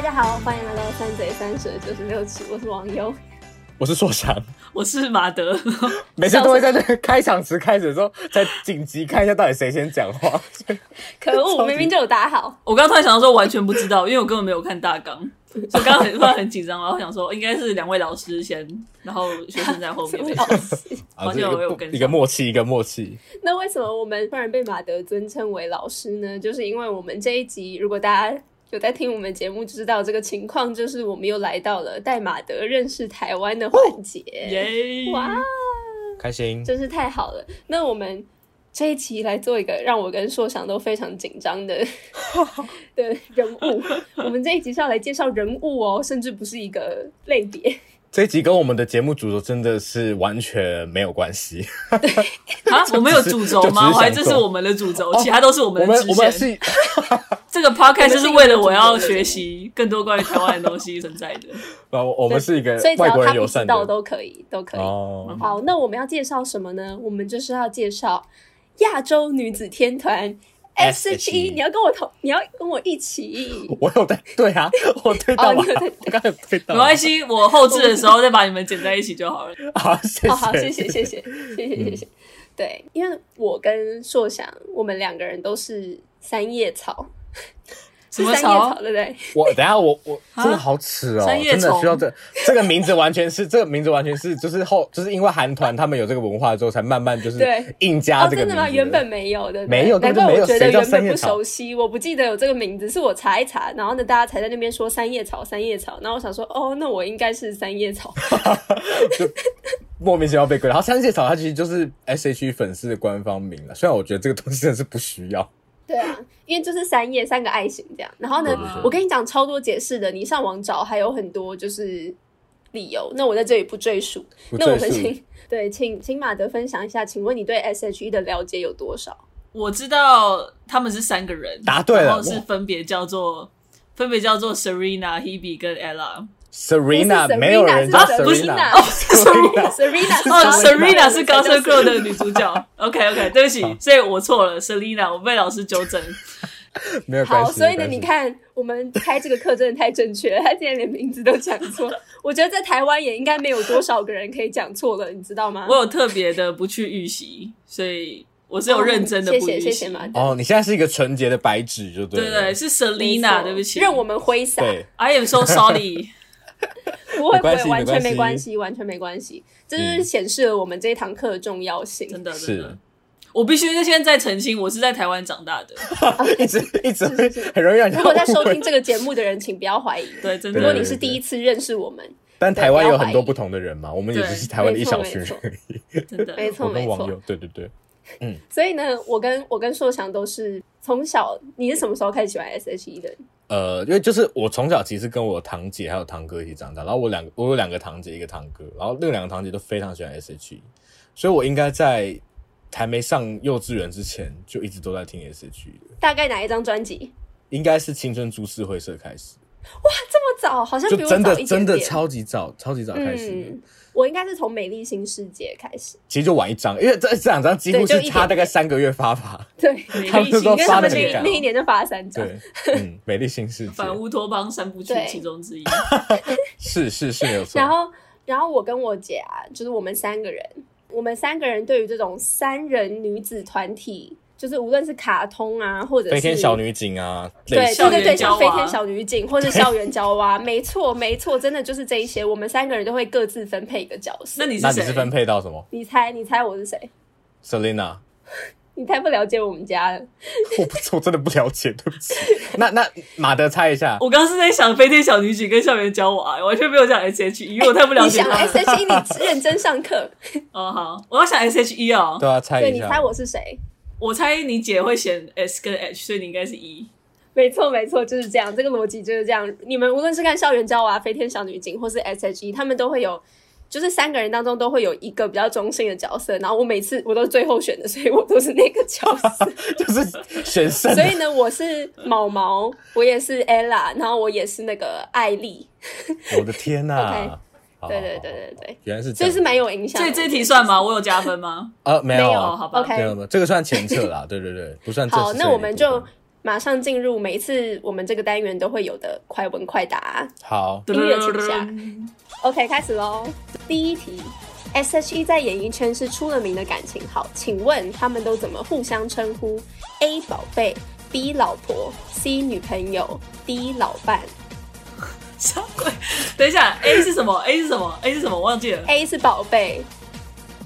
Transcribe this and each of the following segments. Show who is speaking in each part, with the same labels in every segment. Speaker 1: 家好，欢迎来到三嘴三舌九十六尺，我是王优。
Speaker 2: 我是硕翔，
Speaker 3: 我是马德，
Speaker 2: 每次都会在这个开场时开始的时候，再紧急看一下到底谁先讲话。所以
Speaker 1: 可恶，
Speaker 2: 超级
Speaker 1: 明明就有打好，
Speaker 3: 我刚刚突然想到说完全不知道，因为我根本没有看大 纲，所以刚刚很突然很紧张，然后想说应该是两位老师先，然后学生在后
Speaker 1: 什
Speaker 3: 面
Speaker 1: 么
Speaker 3: 没
Speaker 1: 老
Speaker 3: 事。
Speaker 1: 师？
Speaker 2: 啊，
Speaker 3: 好
Speaker 2: 这
Speaker 3: 久没有
Speaker 2: 一个
Speaker 3: 跟
Speaker 2: 不一个
Speaker 3: 上
Speaker 2: 默契，一个默契。
Speaker 1: 哦那为什么我们突然被马德尊称为老师呢？就是因为我们这一集，如果大家有在听我们节目，知道这个情况，就是我们又来到了带马德认识台湾的环节。
Speaker 3: 哦耶！
Speaker 1: 哇，
Speaker 2: 开心，
Speaker 1: 真是太好了！那我们这一期来做一个让我跟硕翔都非常紧张的的人物。我们这一集是要来介绍人物哦，甚至不是一个类别。
Speaker 2: 这一集跟我们的节目主轴真的是完全没有关系。
Speaker 3: 啊，我们有主轴
Speaker 2: 就只是想
Speaker 3: 吗？我还这是
Speaker 2: 做
Speaker 3: 我们的主轴，其他都是我
Speaker 2: 我
Speaker 3: 们的
Speaker 2: 们
Speaker 3: 支
Speaker 2: 我们
Speaker 3: 线。
Speaker 2: 是
Speaker 3: 这个 podcast
Speaker 1: 我
Speaker 3: 就
Speaker 1: 们是
Speaker 3: 是
Speaker 1: 一个
Speaker 3: 为了我要学习更多关于台湾的东西存 在的。
Speaker 2: 啊，我我们是一个
Speaker 1: 所以只
Speaker 2: 外
Speaker 1: 要
Speaker 2: 国
Speaker 1: 他
Speaker 2: 人
Speaker 1: 不
Speaker 2: 友
Speaker 1: 知
Speaker 2: 善
Speaker 1: 道
Speaker 2: 的
Speaker 1: 都可以，都可以。
Speaker 2: 哦，
Speaker 1: 好，那我们要介绍什么呢？我们就是要介绍亚洲女子天团 S H E。
Speaker 2: SHE
Speaker 1: 你要跟我同，你要跟我一 起。
Speaker 2: 我有在对啊，我对到
Speaker 1: 哦你
Speaker 2: 了，
Speaker 1: 有在
Speaker 2: 我刚才有对到
Speaker 3: 没
Speaker 2: 了，
Speaker 3: 关系，我后置的时候再把你们剪在一起就 好了。
Speaker 2: 好，谢
Speaker 1: 好好，谢
Speaker 2: 谢
Speaker 1: 谢，谢谢，谢谢，
Speaker 2: 嗯
Speaker 1: 谢谢。对，因为我跟硕翔，我们两个人都是三叶草，是
Speaker 3: 什么
Speaker 1: 三叶草
Speaker 3: 草？
Speaker 1: 对不对？
Speaker 2: 我等一下我我
Speaker 3: 啊
Speaker 2: 真的好耻哦、
Speaker 3: 三叶
Speaker 2: 真的
Speaker 3: 虫
Speaker 2: 需要这这个名字完全是这个名字完全是就是后就是因为韩团他们有这个文化之后才慢慢就是
Speaker 1: 对
Speaker 2: 硬加
Speaker 1: 哦，
Speaker 2: 这个
Speaker 1: 真
Speaker 2: 名
Speaker 1: 的
Speaker 2: 字。
Speaker 1: 吗？原本没有的，对不对
Speaker 2: 没有
Speaker 1: 难
Speaker 2: 根本
Speaker 1: 怪
Speaker 2: 没
Speaker 1: 我
Speaker 2: 有
Speaker 1: 觉得
Speaker 2: 谁
Speaker 1: 原
Speaker 2: 叫
Speaker 1: 本
Speaker 2: 三叶
Speaker 1: 不
Speaker 2: 草
Speaker 1: 熟悉，我不记得有这个名字，是我查一查，然后呢，大家才在那边说三叶草，三叶草，然后我想说，哦，那我应该是三叶草，
Speaker 2: 莫名其妙被归类，然后三叶草它其实就是 S H E 粉丝的官方名了。虽然我觉得这个东西真的是不需要，
Speaker 1: 对啊，因为就是三页三个爱心这样。然后呢，
Speaker 2: 对对对
Speaker 1: 我跟你讲超多解释的，你上网找还有很多就是理由。那我在这里不赘述。
Speaker 2: 不
Speaker 1: 那我们
Speaker 2: 赘述
Speaker 1: 请 对，请请马德分享一下，请问你对 S H E 的了解有多少？
Speaker 3: 我知道他们是三个人，
Speaker 2: 答对了
Speaker 3: 然后是分别叫做分别叫做 Serena、Hebe 跟 Ella。
Speaker 1: 不是
Speaker 2: Serena
Speaker 1: Serena，
Speaker 2: 没有人叫
Speaker 1: 是
Speaker 3: 啊
Speaker 2: Serena，
Speaker 3: 不
Speaker 1: 是
Speaker 3: 哦，是 Serena。
Speaker 1: Serena
Speaker 3: 哦
Speaker 1: 是高一
Speaker 3: ，Serena
Speaker 1: 班
Speaker 3: 是 Gossip
Speaker 1: 谁叫
Speaker 3: Girl 的女主 角。OK OK，对不起，所以我错了，Selina，我被老师纠正。
Speaker 2: 没有关
Speaker 1: 好，
Speaker 2: 系。
Speaker 1: 所以呢，
Speaker 2: 没关系
Speaker 1: 你，看我们开这个课真的太正确了，他竟然连名字都讲 错。我觉得在台湾也应该没有多少个人可以讲错了，你知道吗
Speaker 3: 我？有特别的不去预习，所以我是有认真的
Speaker 1: 哦谢
Speaker 3: 不
Speaker 1: 谢
Speaker 3: 预
Speaker 1: 谢
Speaker 3: 习
Speaker 1: 谢。马德，
Speaker 2: 哦，你现在是一个纯洁的白纸，就对
Speaker 3: 对
Speaker 2: 了
Speaker 3: 对，。是
Speaker 1: 没
Speaker 3: Selina，
Speaker 1: 错
Speaker 3: 对不起，
Speaker 1: 任我们挥洒。
Speaker 2: 对
Speaker 3: I am so sorry。
Speaker 1: 不会
Speaker 2: 没
Speaker 1: 不
Speaker 2: 关
Speaker 1: 会，
Speaker 2: 系嗯
Speaker 1: 完全没关
Speaker 2: 没关
Speaker 1: 系，完全没关系。这就是显示了我们这一堂课的重要性。
Speaker 3: 真的，真的
Speaker 2: 是，
Speaker 3: 我必须先在澄清，我是在台湾长大的。
Speaker 2: 一直一直
Speaker 1: 是是是
Speaker 2: 很容易让人家
Speaker 1: 如果在收
Speaker 2: 误会
Speaker 1: 听这个节目的人，请不要怀 疑。
Speaker 3: 对，真
Speaker 1: 如果
Speaker 3: 的，
Speaker 1: 你是第一次认识我们，
Speaker 2: 但台湾
Speaker 1: 对不要
Speaker 2: 有
Speaker 1: 怀
Speaker 2: 很
Speaker 1: 疑
Speaker 2: 多不同的人嘛，我们也只是
Speaker 3: 对
Speaker 2: 台湾的一
Speaker 1: 没错
Speaker 2: 小群
Speaker 1: 没错
Speaker 2: 人，
Speaker 3: 真的，
Speaker 1: 没
Speaker 2: 我
Speaker 1: 错
Speaker 2: 跟
Speaker 1: 没
Speaker 2: 网
Speaker 1: 错
Speaker 2: 友。，对对对，
Speaker 1: 所以呢，我跟我跟硕翔都是从小，你是什么时候开始喜欢 S.H.E 的？
Speaker 2: 呃，因为就是我从小其实跟我堂姐还有堂哥一起长大，然后我两个我有两个堂姐一个堂哥，然后那两个堂姐都非常喜欢 S.H.E，所以我应该在还没上幼稚园之前就一直都在听 S.H.E 的，
Speaker 1: 大概哪一张专辑？
Speaker 2: 应该是青春株式会社开始，
Speaker 1: 这么早，好像
Speaker 2: 就
Speaker 1: 比我
Speaker 2: 真
Speaker 1: 早
Speaker 2: 的
Speaker 1: 一点
Speaker 2: 真的
Speaker 1: 点。
Speaker 2: 超级早超级早开始的，
Speaker 1: 嗯，我应该是从《美丽新世界》开始。
Speaker 2: 其实就晚一张，因为这这两张几乎
Speaker 1: 对就是一点
Speaker 2: 差大概三个月发吧，
Speaker 1: 对，
Speaker 2: 他们都
Speaker 1: 你跟他
Speaker 2: 发
Speaker 1: 们
Speaker 2: 的
Speaker 1: 那一
Speaker 2: 很
Speaker 1: 那一
Speaker 2: 赶，
Speaker 1: 年就发了三张。
Speaker 2: 对，嗯，美丽新世界
Speaker 3: 反乌托邦三部曲
Speaker 1: 对
Speaker 3: 其中之一。
Speaker 2: 是是是没有错，
Speaker 1: 然后，然后我跟我姐啊，就是我们三个人，我们三个人对于这种三人女子团体，就是无论是卡通啊，或者是
Speaker 2: 飞天小，女警啊，类
Speaker 1: 对
Speaker 2: 似
Speaker 1: 对对对，
Speaker 3: 校
Speaker 1: 像
Speaker 3: 园
Speaker 1: 飞
Speaker 3: 娇娃
Speaker 1: 天小女警或者校园娇娃，没错没错，真的就是这一些，我们三个人都会各自分配一个角色。
Speaker 3: 那你
Speaker 2: 那
Speaker 3: 是
Speaker 2: 你是
Speaker 3: 谁？
Speaker 2: 分配到什么
Speaker 1: 你猜，你猜我是谁？
Speaker 2: ？Selina。
Speaker 1: 你太不了解我们家了。
Speaker 2: 我不，我真的不了解，对不 起。那那马德猜一下，
Speaker 1: 哦
Speaker 3: 我刚刚是在想飞天小女警跟校园交往，完全没有讲 S H E，因为我太不了
Speaker 1: 你
Speaker 3: 解
Speaker 1: 想
Speaker 3: 他们。
Speaker 1: S H E，你认真上课，
Speaker 3: 哦，好，我要想 S H E 哦。
Speaker 2: 对啊，猜
Speaker 1: 对
Speaker 2: 一
Speaker 1: 你
Speaker 2: 下。
Speaker 1: 猜我是谁？
Speaker 3: 我猜你姐会选 S 跟 H，所以你应该是 E。
Speaker 1: 没错，没错，就是这样，这个逻辑就是这样。你们无论是看《校园娇娃》《飞天小女警》或是 S.H.E，他们都会有，就是三个人当中都会有一个比较中性的角色。然后我每次我都是最后选的，所以我都是那个角色。
Speaker 2: 就是选胜
Speaker 1: 所以呢，我是毛毛，我也是 Ella，然后我也是那个艾丽。
Speaker 2: 我的天呐、
Speaker 1: OK
Speaker 2: 好
Speaker 1: 对对，
Speaker 2: 哦好好好
Speaker 1: 对对对，
Speaker 2: 原来是这
Speaker 1: 所以
Speaker 2: 样。
Speaker 1: 是蛮有影响
Speaker 3: 所
Speaker 1: 的。
Speaker 3: 以这题算吗？我有加分吗？
Speaker 2: 呃没
Speaker 1: 没
Speaker 2: 有
Speaker 1: 有
Speaker 3: 哦，好吧。
Speaker 1: OK
Speaker 2: 没有没有，这个算前测啦，对对对，不算正式
Speaker 1: 好，那我们就马上进入每一次我们这个单元都会有的快问快答。
Speaker 2: 好，
Speaker 1: 音乐请下 OK，开始喽。第一题，S.H.E 在演艺圈是出了名的感情好，请问他们都怎么互相称呼？A 宝贝，B 老婆，C 女朋友，D 老伴。
Speaker 3: 什么鬼？等一下，A 是什么？A 是什么？A 是什么？我忘记了。
Speaker 1: A 是宝贝，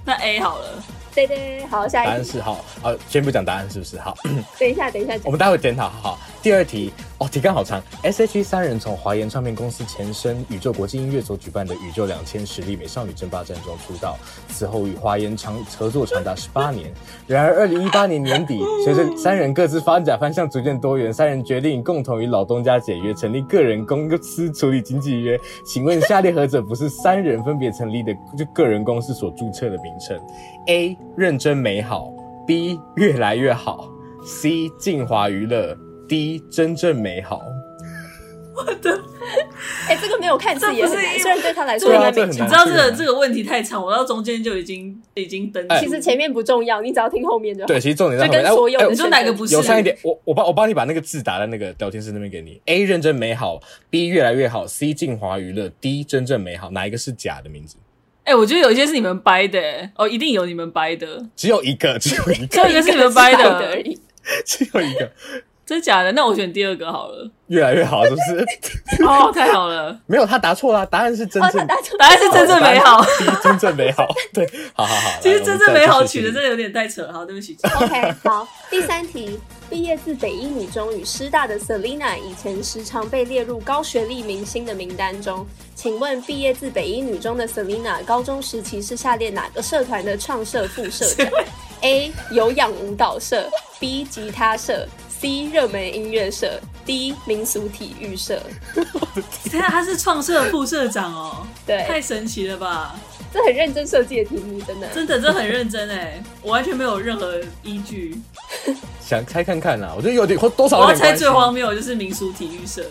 Speaker 3: 那 A 好了，
Speaker 1: 对对，好，
Speaker 2: 答
Speaker 1: 下一
Speaker 2: 案
Speaker 1: 题。
Speaker 2: 是好。呃，先不讲答案是不是好，
Speaker 1: 等一下，等一下
Speaker 2: 我
Speaker 1: 讲。
Speaker 2: 们待会检讨。好好，第二题哦，题干好长。S.H.E 三人从华研唱片公司前身宇宙国际音乐所举办的宇宙两千实力美少女争霸战中出道，此后与华研长合作长达十八年。然而，二零一八年年底，随着三人各自发展方向逐渐多元，三人决定共同与老东家解约，成立个人公司处理经纪约。请问下列何者不是三人分别成立的就个人公司所注册的名称？A. 认真美好，B. 越来越好。C 进华娱乐，D 真正美好。
Speaker 1: 哎、这个没有看字也很
Speaker 3: 这不
Speaker 1: 难，
Speaker 3: 是
Speaker 1: 虽然对他来说
Speaker 2: 对
Speaker 1: 应
Speaker 2: 啊
Speaker 1: 该没
Speaker 2: 这很
Speaker 1: 差
Speaker 2: 难
Speaker 3: 你知。道
Speaker 2: 这
Speaker 3: 这
Speaker 2: 个
Speaker 3: 个这个问题太长，我到中间就已经已经登
Speaker 2: 哎
Speaker 1: 其
Speaker 3: 记。
Speaker 1: 实前面不重要，你只要听后面就好。
Speaker 2: 对，，其实重点在
Speaker 1: 就
Speaker 2: 后面。
Speaker 1: 跟
Speaker 2: 哎
Speaker 1: 所有
Speaker 2: 哎
Speaker 1: 的
Speaker 3: 你说哪个不是？
Speaker 2: 友善一点，我我帮我帮你把那个字打在那个聊天室那边给你。A 认真美好，B 越来越好，C 进华娱乐，D 真正美好，哪一个是假的名字？
Speaker 3: 哎、我觉得有一些是你们掰的、哎哦，一定有你们掰的，
Speaker 2: 只有一个， 只有一个，
Speaker 3: 这个是你们掰
Speaker 1: 的而
Speaker 3: 的，
Speaker 1: 已。
Speaker 2: 只有一个。
Speaker 3: 真假的？那我选第二个好 了。
Speaker 2: 越来越好，是不是？
Speaker 3: 哦，太好了，
Speaker 2: 没有，他答错了，答案是真
Speaker 1: 哦，他
Speaker 2: 正。
Speaker 1: 答 错，
Speaker 3: 答案是真正美好。
Speaker 2: D 真正美好，对，好好好。
Speaker 3: 其实真正美好取的
Speaker 2: 的
Speaker 3: 真的有点太扯了，好，对不起。
Speaker 1: OK，好，第三题，毕业自北一女中与师大的 Selina 以前时常被列入高学历明星的名单中，请问毕业自北一女中的 Selina 高中时期是下列哪个社团的创社副社长？A. 有氧舞蹈社，B. 吉他社，C. 热门音乐社，D. 民俗体育社。
Speaker 3: 天啊，他是创社副社长哦，太
Speaker 1: 对，
Speaker 3: 神奇了吧！
Speaker 1: 这很认真设计的题目，真的。
Speaker 3: 真的，这很认真哎，我完全没有任何依据。
Speaker 2: 想猜看看啦，我觉得有点或多少
Speaker 3: 我
Speaker 2: 有
Speaker 3: 要
Speaker 2: 点
Speaker 3: 猜
Speaker 2: 关系
Speaker 3: 最。荒谬的就是民俗体育社，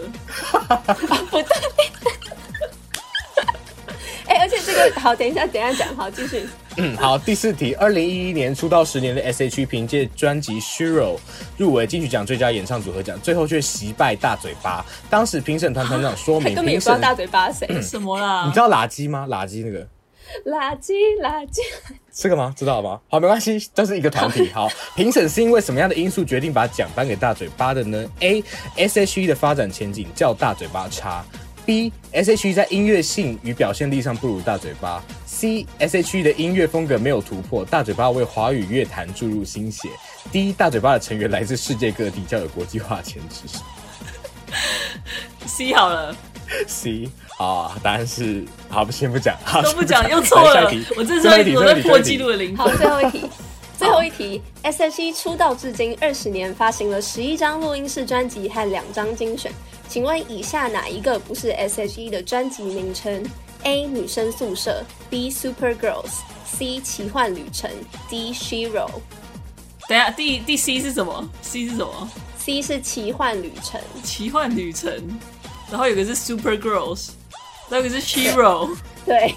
Speaker 1: 哎、而且这个好，等一下，等一下讲，好，继续。
Speaker 2: 嗯好，第四题，二零一一年出道十年的 S.H.E 凭借专辑《Shiro》入围金曲奖最佳演唱组合奖，最后却惜败大嘴巴。当时评审团团长说
Speaker 1: 他
Speaker 2: 明，
Speaker 1: 根本也不
Speaker 2: 评
Speaker 1: 知道
Speaker 2: 审
Speaker 1: 大嘴巴是谁，
Speaker 3: 什么啦
Speaker 2: 你知？道垃圾吗？垃圾那个
Speaker 1: 垃圾，垃圾。
Speaker 2: 这个吗？知道吗？好，没关系，这是一个团 体。好，评审是因为什么样的因素决定把奖颁给大嘴巴的呢？A. S.H.E 的发展前景较大嘴巴差。B. S.H.E 在音乐性与表现力上不如大嘴巴。C. S.H.E 的音乐风格没有突破，大嘴巴为华语乐坛注入新血。D. 大嘴巴的成员来自世界各地，较有国际化潜质。
Speaker 3: C 好了，
Speaker 2: C 啊，答案是好，先不讲，好
Speaker 3: 都 不讲，又
Speaker 2: 先
Speaker 3: 错
Speaker 2: 来
Speaker 3: 了
Speaker 2: 下一题。
Speaker 3: 我这是
Speaker 2: 最后一题
Speaker 3: 我在
Speaker 2: 最后
Speaker 3: 破
Speaker 2: 一题
Speaker 3: 纪录的零
Speaker 1: 好，
Speaker 3: 分。
Speaker 1: 最后一题，最后一题。S.H.E 出道至今二十年，发行了十一张录音室专辑和两张精选。请问以下哪一个不是 S.H.E 的专辑名称？A. 女生宿舍，B. Super Girls，C. 奇幻旅程，D. Shiro。
Speaker 3: 等一下，第第 C 是什么？C 是什么？
Speaker 1: C 是奇幻旅程，
Speaker 3: 奇幻旅程，然后有个是 Super Girls，然后有个是 Hero，
Speaker 1: 对，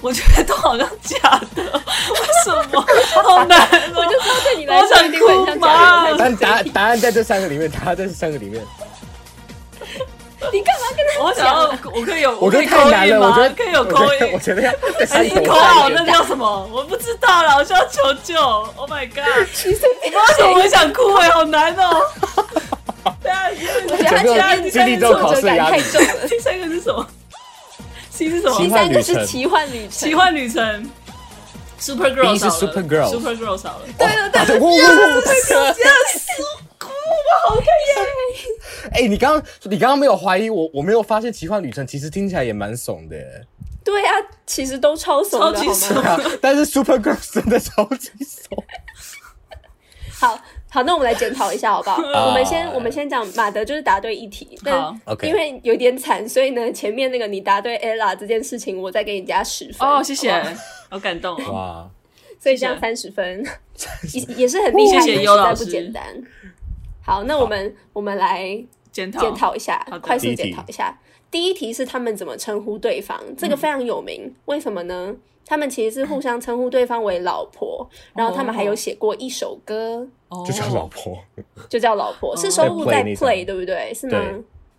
Speaker 3: 我觉得都好像假的，为什么？好难哦！
Speaker 1: 就说对你来说一定会很像
Speaker 3: 好
Speaker 1: 假
Speaker 3: 想哭
Speaker 1: 人。
Speaker 3: 吗
Speaker 2: 但答答案在这三个里面，答案在这三个里面。
Speaker 1: 你干嘛跟
Speaker 3: 我
Speaker 1: 他
Speaker 3: 想
Speaker 1: 讲
Speaker 3: 要
Speaker 1: 啊？，
Speaker 3: 我可以有，
Speaker 2: 我觉
Speaker 3: 可
Speaker 2: 得
Speaker 3: 以
Speaker 2: 太难了，
Speaker 3: 扣一吗
Speaker 2: 我觉得
Speaker 3: 可以有
Speaker 2: 我觉
Speaker 3: 扣
Speaker 2: 得
Speaker 3: 一
Speaker 2: 我。觉得要再
Speaker 3: 还
Speaker 2: 三
Speaker 3: 是
Speaker 2: 口
Speaker 3: 口
Speaker 2: 下
Speaker 3: 好，
Speaker 2: 一
Speaker 3: 那
Speaker 2: 个
Speaker 3: 叫什么？我不知道啦，我需要求救。Oh my god！
Speaker 1: 你随便
Speaker 3: 为什么我想哭哎、好难哦、对啊，
Speaker 1: 我觉得他
Speaker 2: 整个
Speaker 1: 家里
Speaker 2: 经历这种考
Speaker 1: 挫
Speaker 2: 试
Speaker 1: 折
Speaker 2: 的压
Speaker 1: 感
Speaker 2: 力
Speaker 1: 太重了。
Speaker 3: 第三个是什么？C 是什
Speaker 1: 第
Speaker 3: 么？
Speaker 1: 三个是奇
Speaker 2: 奇
Speaker 1: 幻旅程，
Speaker 3: 奇幻旅程。Super Girl
Speaker 2: B 是 Super Girls
Speaker 3: Girl，Super Girl 少了。
Speaker 1: 对对
Speaker 2: 啊
Speaker 1: 对，
Speaker 2: 对，我我我，
Speaker 3: 好看
Speaker 2: 哎，你刚刚你刚刚没有怀疑我，我没有发现奇幻旅程其实听起来也蛮怂的耶，
Speaker 1: 对啊，其实都超怂的，
Speaker 3: 超级
Speaker 1: 好吗
Speaker 3: 怂
Speaker 2: 啊但是 Super Girls 真的超级怂。
Speaker 1: 好好，那我们来检讨一下好不好？
Speaker 2: 啊
Speaker 1: 我们先我们先讲马德就是答对一题，但
Speaker 3: 好
Speaker 2: OK
Speaker 1: 因为有点惨，所以呢前面那个你答对 Ella 这件事情，我再给你加十分
Speaker 3: 哦，谢谢
Speaker 1: 好不好，
Speaker 3: 好感动哦。
Speaker 2: 哇，
Speaker 1: 所以这样三十分 也也是很厉害，
Speaker 3: 谢谢
Speaker 1: 但
Speaker 3: 尤
Speaker 1: 实在
Speaker 3: 老
Speaker 1: 不
Speaker 3: 师
Speaker 1: 简单。好，那我们我们来
Speaker 3: 检讨，
Speaker 1: 检讨一下
Speaker 3: 好的，
Speaker 1: 快
Speaker 2: 第
Speaker 1: 速
Speaker 2: 一题
Speaker 1: 检讨一下。第一题是他们怎么称呼对方，这个非常有名，为什么呢？他们其实是互相称呼对方为老婆，然后他们还有写过一首歌，
Speaker 3: 哦
Speaker 2: 就叫老婆。
Speaker 1: 就叫老婆，
Speaker 3: 哦
Speaker 1: 是收录
Speaker 2: 在
Speaker 1: 在
Speaker 2: Play 那张
Speaker 1: Play 对不对？是吗？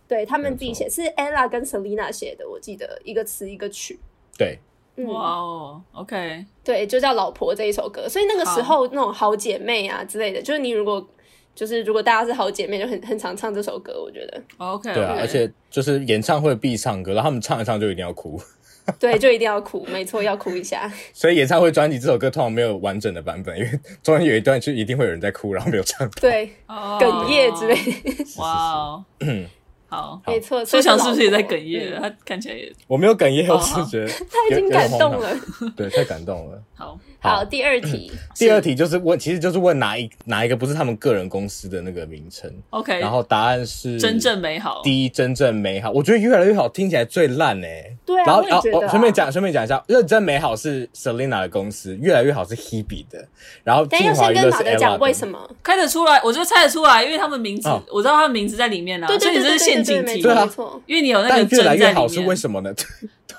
Speaker 2: 对
Speaker 1: 对他们自己
Speaker 2: 没错
Speaker 1: 写，是 Ella 跟 Selina 写的，我记得一个词一个曲。
Speaker 2: 对，
Speaker 1: 嗯，
Speaker 3: 哇哦，OK，
Speaker 1: 对，就叫《老婆》这一首歌。所以那个时
Speaker 3: 好
Speaker 1: 候那种好姐妹啊之类的，就是你如果就是如果大家是好姐妹，就很很常唱这首歌。我 觉得，
Speaker 3: 哦 OK，
Speaker 2: 对啊，而且就是演唱会必唱歌，然后他们唱一唱就一定要哭，
Speaker 1: 对，就一定要哭，没错，要哭一下。
Speaker 2: 所以演唱会专辑这首歌通常没有完整的版本，因为中间有一段就一定会有人在哭，然后没有唱。
Speaker 1: 对，哽
Speaker 3: 哽
Speaker 1: 咽之类，的，
Speaker 3: 哦哇 哦，好，
Speaker 1: 没错。
Speaker 3: 所以想是不是也在哽
Speaker 1: 嗯
Speaker 3: 咽？他看起来也
Speaker 2: 我没有哽咽，
Speaker 3: 哦
Speaker 2: 我是觉得
Speaker 1: 他已经感动，了。
Speaker 2: 有有点荒唐对，太感动了。
Speaker 3: 好，
Speaker 2: 好嗯
Speaker 1: 好，第二题，
Speaker 2: 第二题就是问，其实就是问哪一哪一个不是他们个人公司的那个名称，
Speaker 1: 哎
Speaker 3: OK，
Speaker 2: 然后答案是
Speaker 3: 真正美好，
Speaker 2: 第一真正美好，我觉得越来越好听起来最烂哎、欸。
Speaker 1: 对啊
Speaker 2: 然后
Speaker 1: 我也觉得啊
Speaker 2: 顺便讲，顺便讲一下，认真美好是 Selina 的公司，越来越好是 Hebe 的，然后
Speaker 1: 但
Speaker 2: 精
Speaker 1: 要
Speaker 2: 华
Speaker 1: 先
Speaker 2: 娱
Speaker 1: 跟
Speaker 2: 乐
Speaker 1: 马
Speaker 2: 是
Speaker 1: 德
Speaker 2: Ella
Speaker 1: 讲
Speaker 2: 的。
Speaker 1: 为什么？
Speaker 3: 看得出来，我就猜得出来，因为他们名字
Speaker 2: 哦，
Speaker 3: 我知道他们名字在里面啦，
Speaker 1: 对
Speaker 3: 啊所
Speaker 1: 对
Speaker 3: 以你
Speaker 1: 对
Speaker 3: 这
Speaker 1: 对
Speaker 3: 是
Speaker 1: 对
Speaker 3: 陷
Speaker 1: 对，
Speaker 3: 阱
Speaker 1: 没
Speaker 3: 题，
Speaker 1: 错
Speaker 2: 对啊
Speaker 1: 没错。
Speaker 3: 因为你有那
Speaker 2: 但
Speaker 3: 个
Speaker 2: 越来
Speaker 3: 针
Speaker 2: 越
Speaker 3: 在
Speaker 2: 好
Speaker 3: 里
Speaker 2: 是为
Speaker 3: 面，
Speaker 2: 什么呢？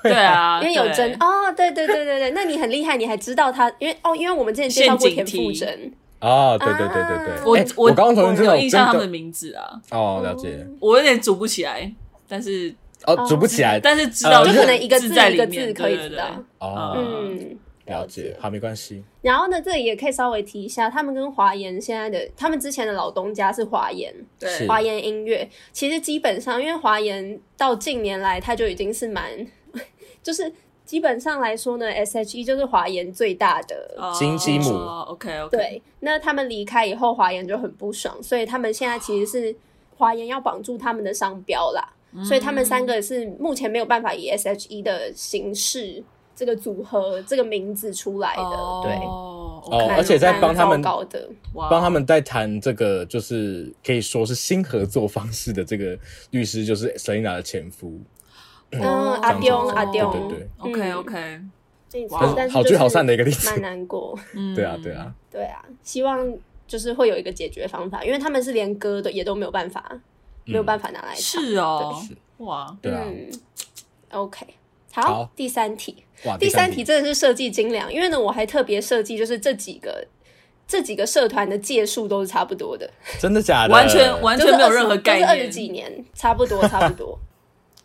Speaker 2: 对
Speaker 3: 对啊，
Speaker 1: 因为有
Speaker 3: 对
Speaker 1: 真哦，对对对对对，那你很厉害，你还知道他，因为哦，因为我们之前介绍过田
Speaker 3: 陷阱
Speaker 1: 馥
Speaker 3: 题
Speaker 1: 甄，
Speaker 2: 哦，对对对对对，
Speaker 1: 啊
Speaker 3: 我
Speaker 2: 哎
Speaker 3: 我
Speaker 2: 刚刚从
Speaker 3: 没
Speaker 2: 这
Speaker 3: 有
Speaker 2: 种
Speaker 3: 印象他们的
Speaker 2: 真的
Speaker 3: 名字啊，
Speaker 2: 哦了解
Speaker 3: 我有点组不起来，但是
Speaker 1: 嗯
Speaker 2: 哦组不起来
Speaker 3: 哦但是知道
Speaker 2: 呃
Speaker 1: 就可能一个
Speaker 3: 字
Speaker 1: 字
Speaker 3: 在
Speaker 1: 一
Speaker 3: 里
Speaker 1: 个
Speaker 3: 面
Speaker 1: 字可以知，
Speaker 3: 对
Speaker 1: 道
Speaker 3: 对对。
Speaker 2: 哦
Speaker 3: 嗯
Speaker 1: 嗯，
Speaker 2: 了解好没关系
Speaker 1: 然后呢，这里也可以稍微提一下，他们跟华研现在的，他们之前的老东家是华研，
Speaker 3: 对
Speaker 2: 是
Speaker 1: 华研音乐。其实基本上，因为华研到近年来，它就已经是蛮， 就是基本上来说呢，S.H.E 就是华研最大的。
Speaker 3: 哦
Speaker 2: 金鸡母
Speaker 3: ，OK OK，
Speaker 1: 对，那他们离开以后，华研就很不爽，所以他们现在其实是华研要绑住他们的商标啦，
Speaker 3: 嗯
Speaker 1: 所以他们三个是目前没有办法以 S.H.E 的形式。这个组合这个名字出来的，对，
Speaker 2: 哦
Speaker 3: 哦 OK，
Speaker 2: 而且在帮他们
Speaker 1: 蛮糟糕的，
Speaker 3: 哇
Speaker 2: 帮他们在谈这个，就是可以说是新合作方式的这个律师，就是 Selina 的前夫，
Speaker 1: 嗯阿
Speaker 2: 丢
Speaker 1: 阿嗯丢
Speaker 2: 对对对
Speaker 3: ，OK OK，
Speaker 1: 没错
Speaker 3: 哇
Speaker 1: 但是
Speaker 2: 好聚好散的一个例
Speaker 1: 就是
Speaker 2: 子。
Speaker 1: 蛮难过。
Speaker 3: 嗯，
Speaker 2: 对啊，对啊，
Speaker 1: 对啊，希望就是会有一个解决方法，因为他们是连歌的也都没有办法，没有办法拿来唱。
Speaker 3: 是哦
Speaker 2: 对，
Speaker 3: 哇，
Speaker 2: 对啊。
Speaker 1: 嗯，OK，
Speaker 2: 好
Speaker 1: 好，第三题，
Speaker 3: 啊
Speaker 2: 哇，
Speaker 1: 第
Speaker 2: 三
Speaker 1: 三题真的是设计精良，因为呢，我还特别设计就是这几个。这几个社团的届数都是差不多的，
Speaker 2: 真的假的？
Speaker 3: 完全完
Speaker 1: 就
Speaker 3: 全
Speaker 1: 是
Speaker 3: 没有
Speaker 1: 20
Speaker 3: 任何概
Speaker 1: 就是二十
Speaker 3: 念，
Speaker 1: 几年，差不 多差不多，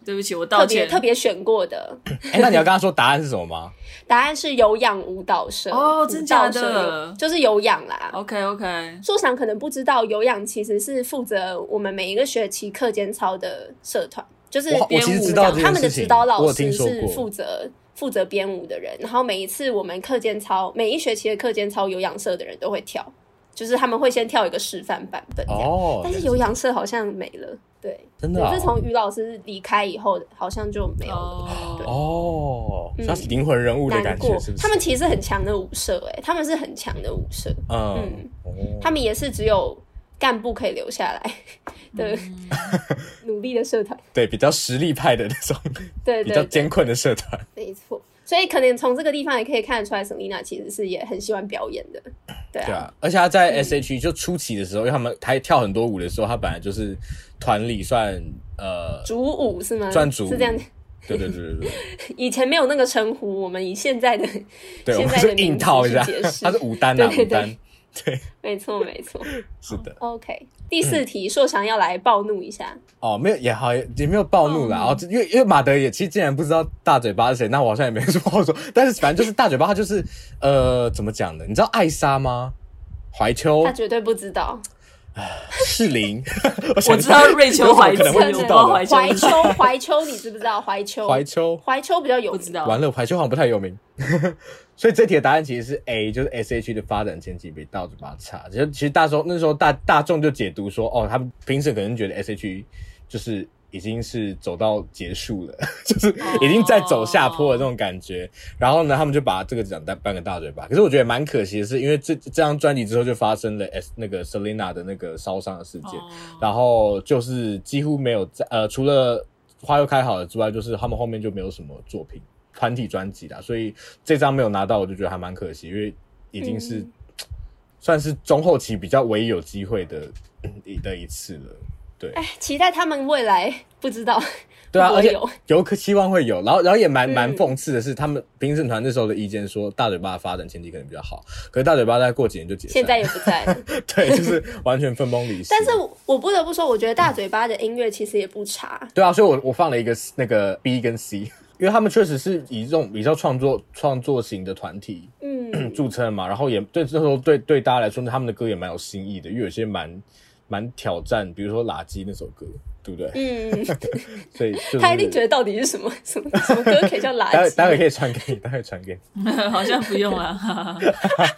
Speaker 3: 对不起，我道
Speaker 1: 特别
Speaker 3: 歉，
Speaker 1: 特别选过的。
Speaker 2: 哎，那你要跟他说答案是什 么吗？
Speaker 1: 答案是有氧舞蹈社
Speaker 3: 哦
Speaker 1: 舞
Speaker 3: 真假
Speaker 1: 蹈社
Speaker 3: 的
Speaker 1: 有就是有氧啦。
Speaker 3: OK OK，
Speaker 1: 硕翔可能不知道，有氧其实是负责我们每一个学期课间操的社团，就是
Speaker 2: 我
Speaker 1: 编
Speaker 2: 我其实
Speaker 1: 舞
Speaker 2: 知道
Speaker 1: 这样
Speaker 2: 这件
Speaker 1: 他们的
Speaker 2: 事情
Speaker 1: 指导
Speaker 2: 我
Speaker 1: 老
Speaker 2: 有听
Speaker 1: 师
Speaker 2: 说
Speaker 1: 是
Speaker 2: 过
Speaker 1: 负责负责编舞的人。然后每一次我们课间操，每一学期的课间操，有氧社的人都会跳，就是他们会先跳一个示范版本这样。
Speaker 2: 哦，
Speaker 1: 但是有氧社好像没了，对，
Speaker 2: 真的
Speaker 1: 对
Speaker 2: 啊
Speaker 1: 自从于老师离开以后，好像就没有了。对
Speaker 3: 哦，
Speaker 2: 哦，
Speaker 1: 嗯
Speaker 2: 他是灵魂人物的
Speaker 1: 难
Speaker 2: 感
Speaker 1: 过
Speaker 2: 觉，是不是？
Speaker 1: 他们其实很强的舞社、哎，他们是很强的舞社，
Speaker 2: 嗯
Speaker 1: 嗯，
Speaker 2: 哦
Speaker 1: 他们也是只有干部可以留下来的、 努力的社团，
Speaker 2: 对比较实力派的那种
Speaker 1: 对
Speaker 2: 比较
Speaker 1: 对对，
Speaker 2: 艰困的社团，
Speaker 1: 没错。所以可能从这个地方也可以看得出来，Selina 其实是也很喜欢表演的，对
Speaker 2: 对
Speaker 1: 啊，
Speaker 2: 啊。而且他在 S H E 就初期的时候，因为他们他跳很多舞的时候，他本来就是团里算呃，
Speaker 1: 主舞是吗？
Speaker 2: 算主舞
Speaker 1: 是这样，
Speaker 2: 对对对对对。
Speaker 1: 以前没有那个称呼，我们以现在的
Speaker 2: 对，
Speaker 1: 现
Speaker 2: 我们
Speaker 1: 在的
Speaker 2: 是
Speaker 1: 名
Speaker 2: 硬
Speaker 1: 字
Speaker 2: 套一下
Speaker 1: 去解，释
Speaker 2: 它是五单呐、啊，
Speaker 1: 对对
Speaker 2: 五单，
Speaker 1: 没错没错。
Speaker 2: 是的，
Speaker 1: OK，第四题，硕翔要来暴怒一下，
Speaker 2: 哦，没有也好，也也没有暴怒啦，
Speaker 3: 暴怒
Speaker 2: 哦，这因为因为马德也其实竟然不知道大嘴巴是谁，那我好像也没什么好说， 但是反正就是大嘴巴，他就是呃，怎么讲呢？你知道艾莎吗？怀秋
Speaker 1: 他绝对不知道，
Speaker 2: 适龄，
Speaker 3: 我
Speaker 2: 我
Speaker 3: 知道瑞秋怀
Speaker 2: 可能会
Speaker 3: 秋
Speaker 2: 知道的
Speaker 3: 怀
Speaker 1: 怀
Speaker 3: 秋
Speaker 1: 秋，怀秋，你知不知道怀秋？
Speaker 2: 怀秋，
Speaker 1: 怀秋比较有
Speaker 3: 不
Speaker 1: 名，
Speaker 3: 知道，
Speaker 2: 完了，怀秋好像不太有 名。所以这题的答案其实是 A，就是 S H E 的发展前景比大嘴巴差。其实其实大时候那时候大大众就解读说，哦，他们评审可能觉得 S H E 就是已经是走到结束了， 就是已经在走下坡的那种感觉。然后呢，他们就把这个奖颁颁给大嘴巴。可是我觉得蛮可惜的是，因为这这张专辑之后就发生了 S 那个 Selina 的那个烧伤的事件，
Speaker 3: 哦
Speaker 2: 然后就是几乎没有在呃，除了花又开好了之外，就是他们后面就没有什么作品团体专辑啦，所以这张没有拿到，我就觉得还蛮可惜，因为已经是、
Speaker 1: 嗯
Speaker 2: 嗯算是中后期比较唯一有机会的的一次了。对
Speaker 1: 哎，期待他们未来不知道
Speaker 2: 对啊，
Speaker 1: 会不
Speaker 2: 而
Speaker 1: 会
Speaker 2: 且
Speaker 1: 有
Speaker 2: 有可期望会有，然后然后也蛮
Speaker 1: 嗯
Speaker 2: 蛮讽刺的是，他们评审团那时候的意见说大嘴巴的发展前景可能比较好，可是大嘴巴再过几年就解散，
Speaker 1: 现在也不在。
Speaker 2: 对，就是完全分崩离析。
Speaker 1: 但是我我不得不说，我觉得大嘴巴的音乐其实也不差。
Speaker 2: 对啊，所以我我放了一个那个 B 跟 C，因为他们确实是以这种比较创作创作型的团体，
Speaker 1: 嗯
Speaker 2: 著称嘛，然后也对那时候对对大家来说，他们的歌也蛮有新意的，因为有些蛮蛮挑战，比如说《垃圾》那首歌，对不对？
Speaker 1: 嗯，
Speaker 2: 所以就 是
Speaker 1: 他一定觉得到底是什么什么什么歌可以叫 垃
Speaker 2: 待会待会
Speaker 1: 圾？
Speaker 2: 可以传给你，待会传给你。
Speaker 3: 好像不用了， 哈哈哈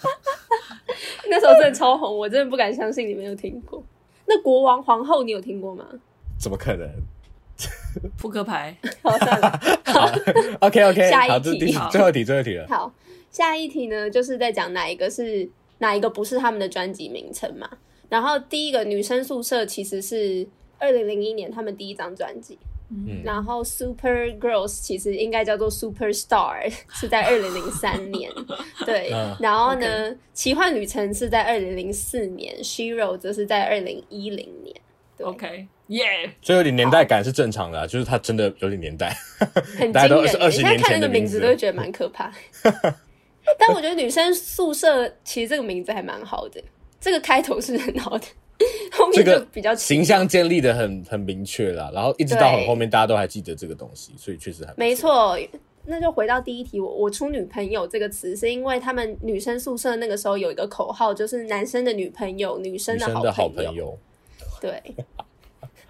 Speaker 1: 那时候真的超红，我真的不敢相信你没有听过。那国王皇后你有听过吗？
Speaker 2: 怎么可能
Speaker 3: 扑克牌。
Speaker 1: 好，算了。
Speaker 2: ？OK OK，
Speaker 1: 下一
Speaker 2: 好，这是
Speaker 1: 题
Speaker 2: 第
Speaker 3: 好
Speaker 2: 最后一题，最后一题了。
Speaker 1: 好，下一题呢，就是在讲哪一个是哪一个不是他们的专辑名称嘛。然后第一个女生宿舍其实是二零零一年他们第一张专辑，
Speaker 2: 嗯
Speaker 1: 然后 Super Girls 其实应该叫做 Super Star，是 在二零零三年，对
Speaker 2: 嗯。
Speaker 1: 然后呢奇幻旅程是在二零零四年，Shiro 则是在二零一零年。对
Speaker 3: OK，耶、
Speaker 2: 所以有点年代感是正常的啊、就是它真的有点年 代。
Speaker 1: 很
Speaker 2: 大家
Speaker 1: 惊
Speaker 2: 都
Speaker 1: 人
Speaker 2: 是
Speaker 1: 欸。
Speaker 2: 20
Speaker 1: 现在
Speaker 2: 年前
Speaker 1: 看那
Speaker 2: 的
Speaker 1: 个名
Speaker 2: 名字
Speaker 1: 字都会觉得蛮可 怕。但我觉得女生宿舍其实这个名字还蛮好的，这个开头是很 好的，后
Speaker 2: 这
Speaker 1: 面就
Speaker 2: 个
Speaker 1: 比较奇
Speaker 2: 形象建立的很很明确啦，然后一直到很后面大家都还记得这个东西，所以确实很
Speaker 1: 没。错，那就回到第一题，我我出“女朋友”这个词，是因为他们女生宿舍那个时候有一个口号，就是男生的女朋友，女生
Speaker 2: 女
Speaker 1: 的
Speaker 2: 生
Speaker 1: 好
Speaker 2: 的好
Speaker 1: 朋
Speaker 2: 朋，友，
Speaker 1: 对，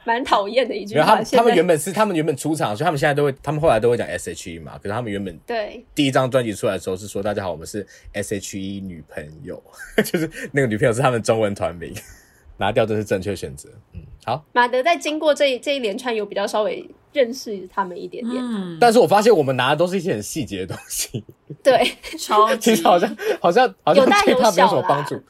Speaker 1: 蛮讨厌的一句
Speaker 2: 然后他
Speaker 1: 话。
Speaker 2: 们
Speaker 1: 啊现
Speaker 2: 他们
Speaker 1: 在
Speaker 2: 原本是他们原本出场，所以他们现在都会，他们后来都会讲 S H E 嘛。可是他们原本
Speaker 1: 对
Speaker 2: 第一张专辑出来的时候是说大家好，我们是 S H E 女朋友， 就是那个女朋友是他们中文团名， 拿掉这是正确选择。嗯，好。
Speaker 1: 马德在经过这这一连串，有比较稍微认识他们一点点，
Speaker 3: 嗯，
Speaker 2: 但是我发现我们拿的都是一些很细节的东西，
Speaker 1: 对。
Speaker 3: 超级
Speaker 2: 其实好像好像好
Speaker 1: 嗯
Speaker 2: 像
Speaker 1: 有大
Speaker 2: 对他
Speaker 1: 有
Speaker 2: 没
Speaker 1: 小
Speaker 2: 有什么
Speaker 1: 啦
Speaker 2: 帮助。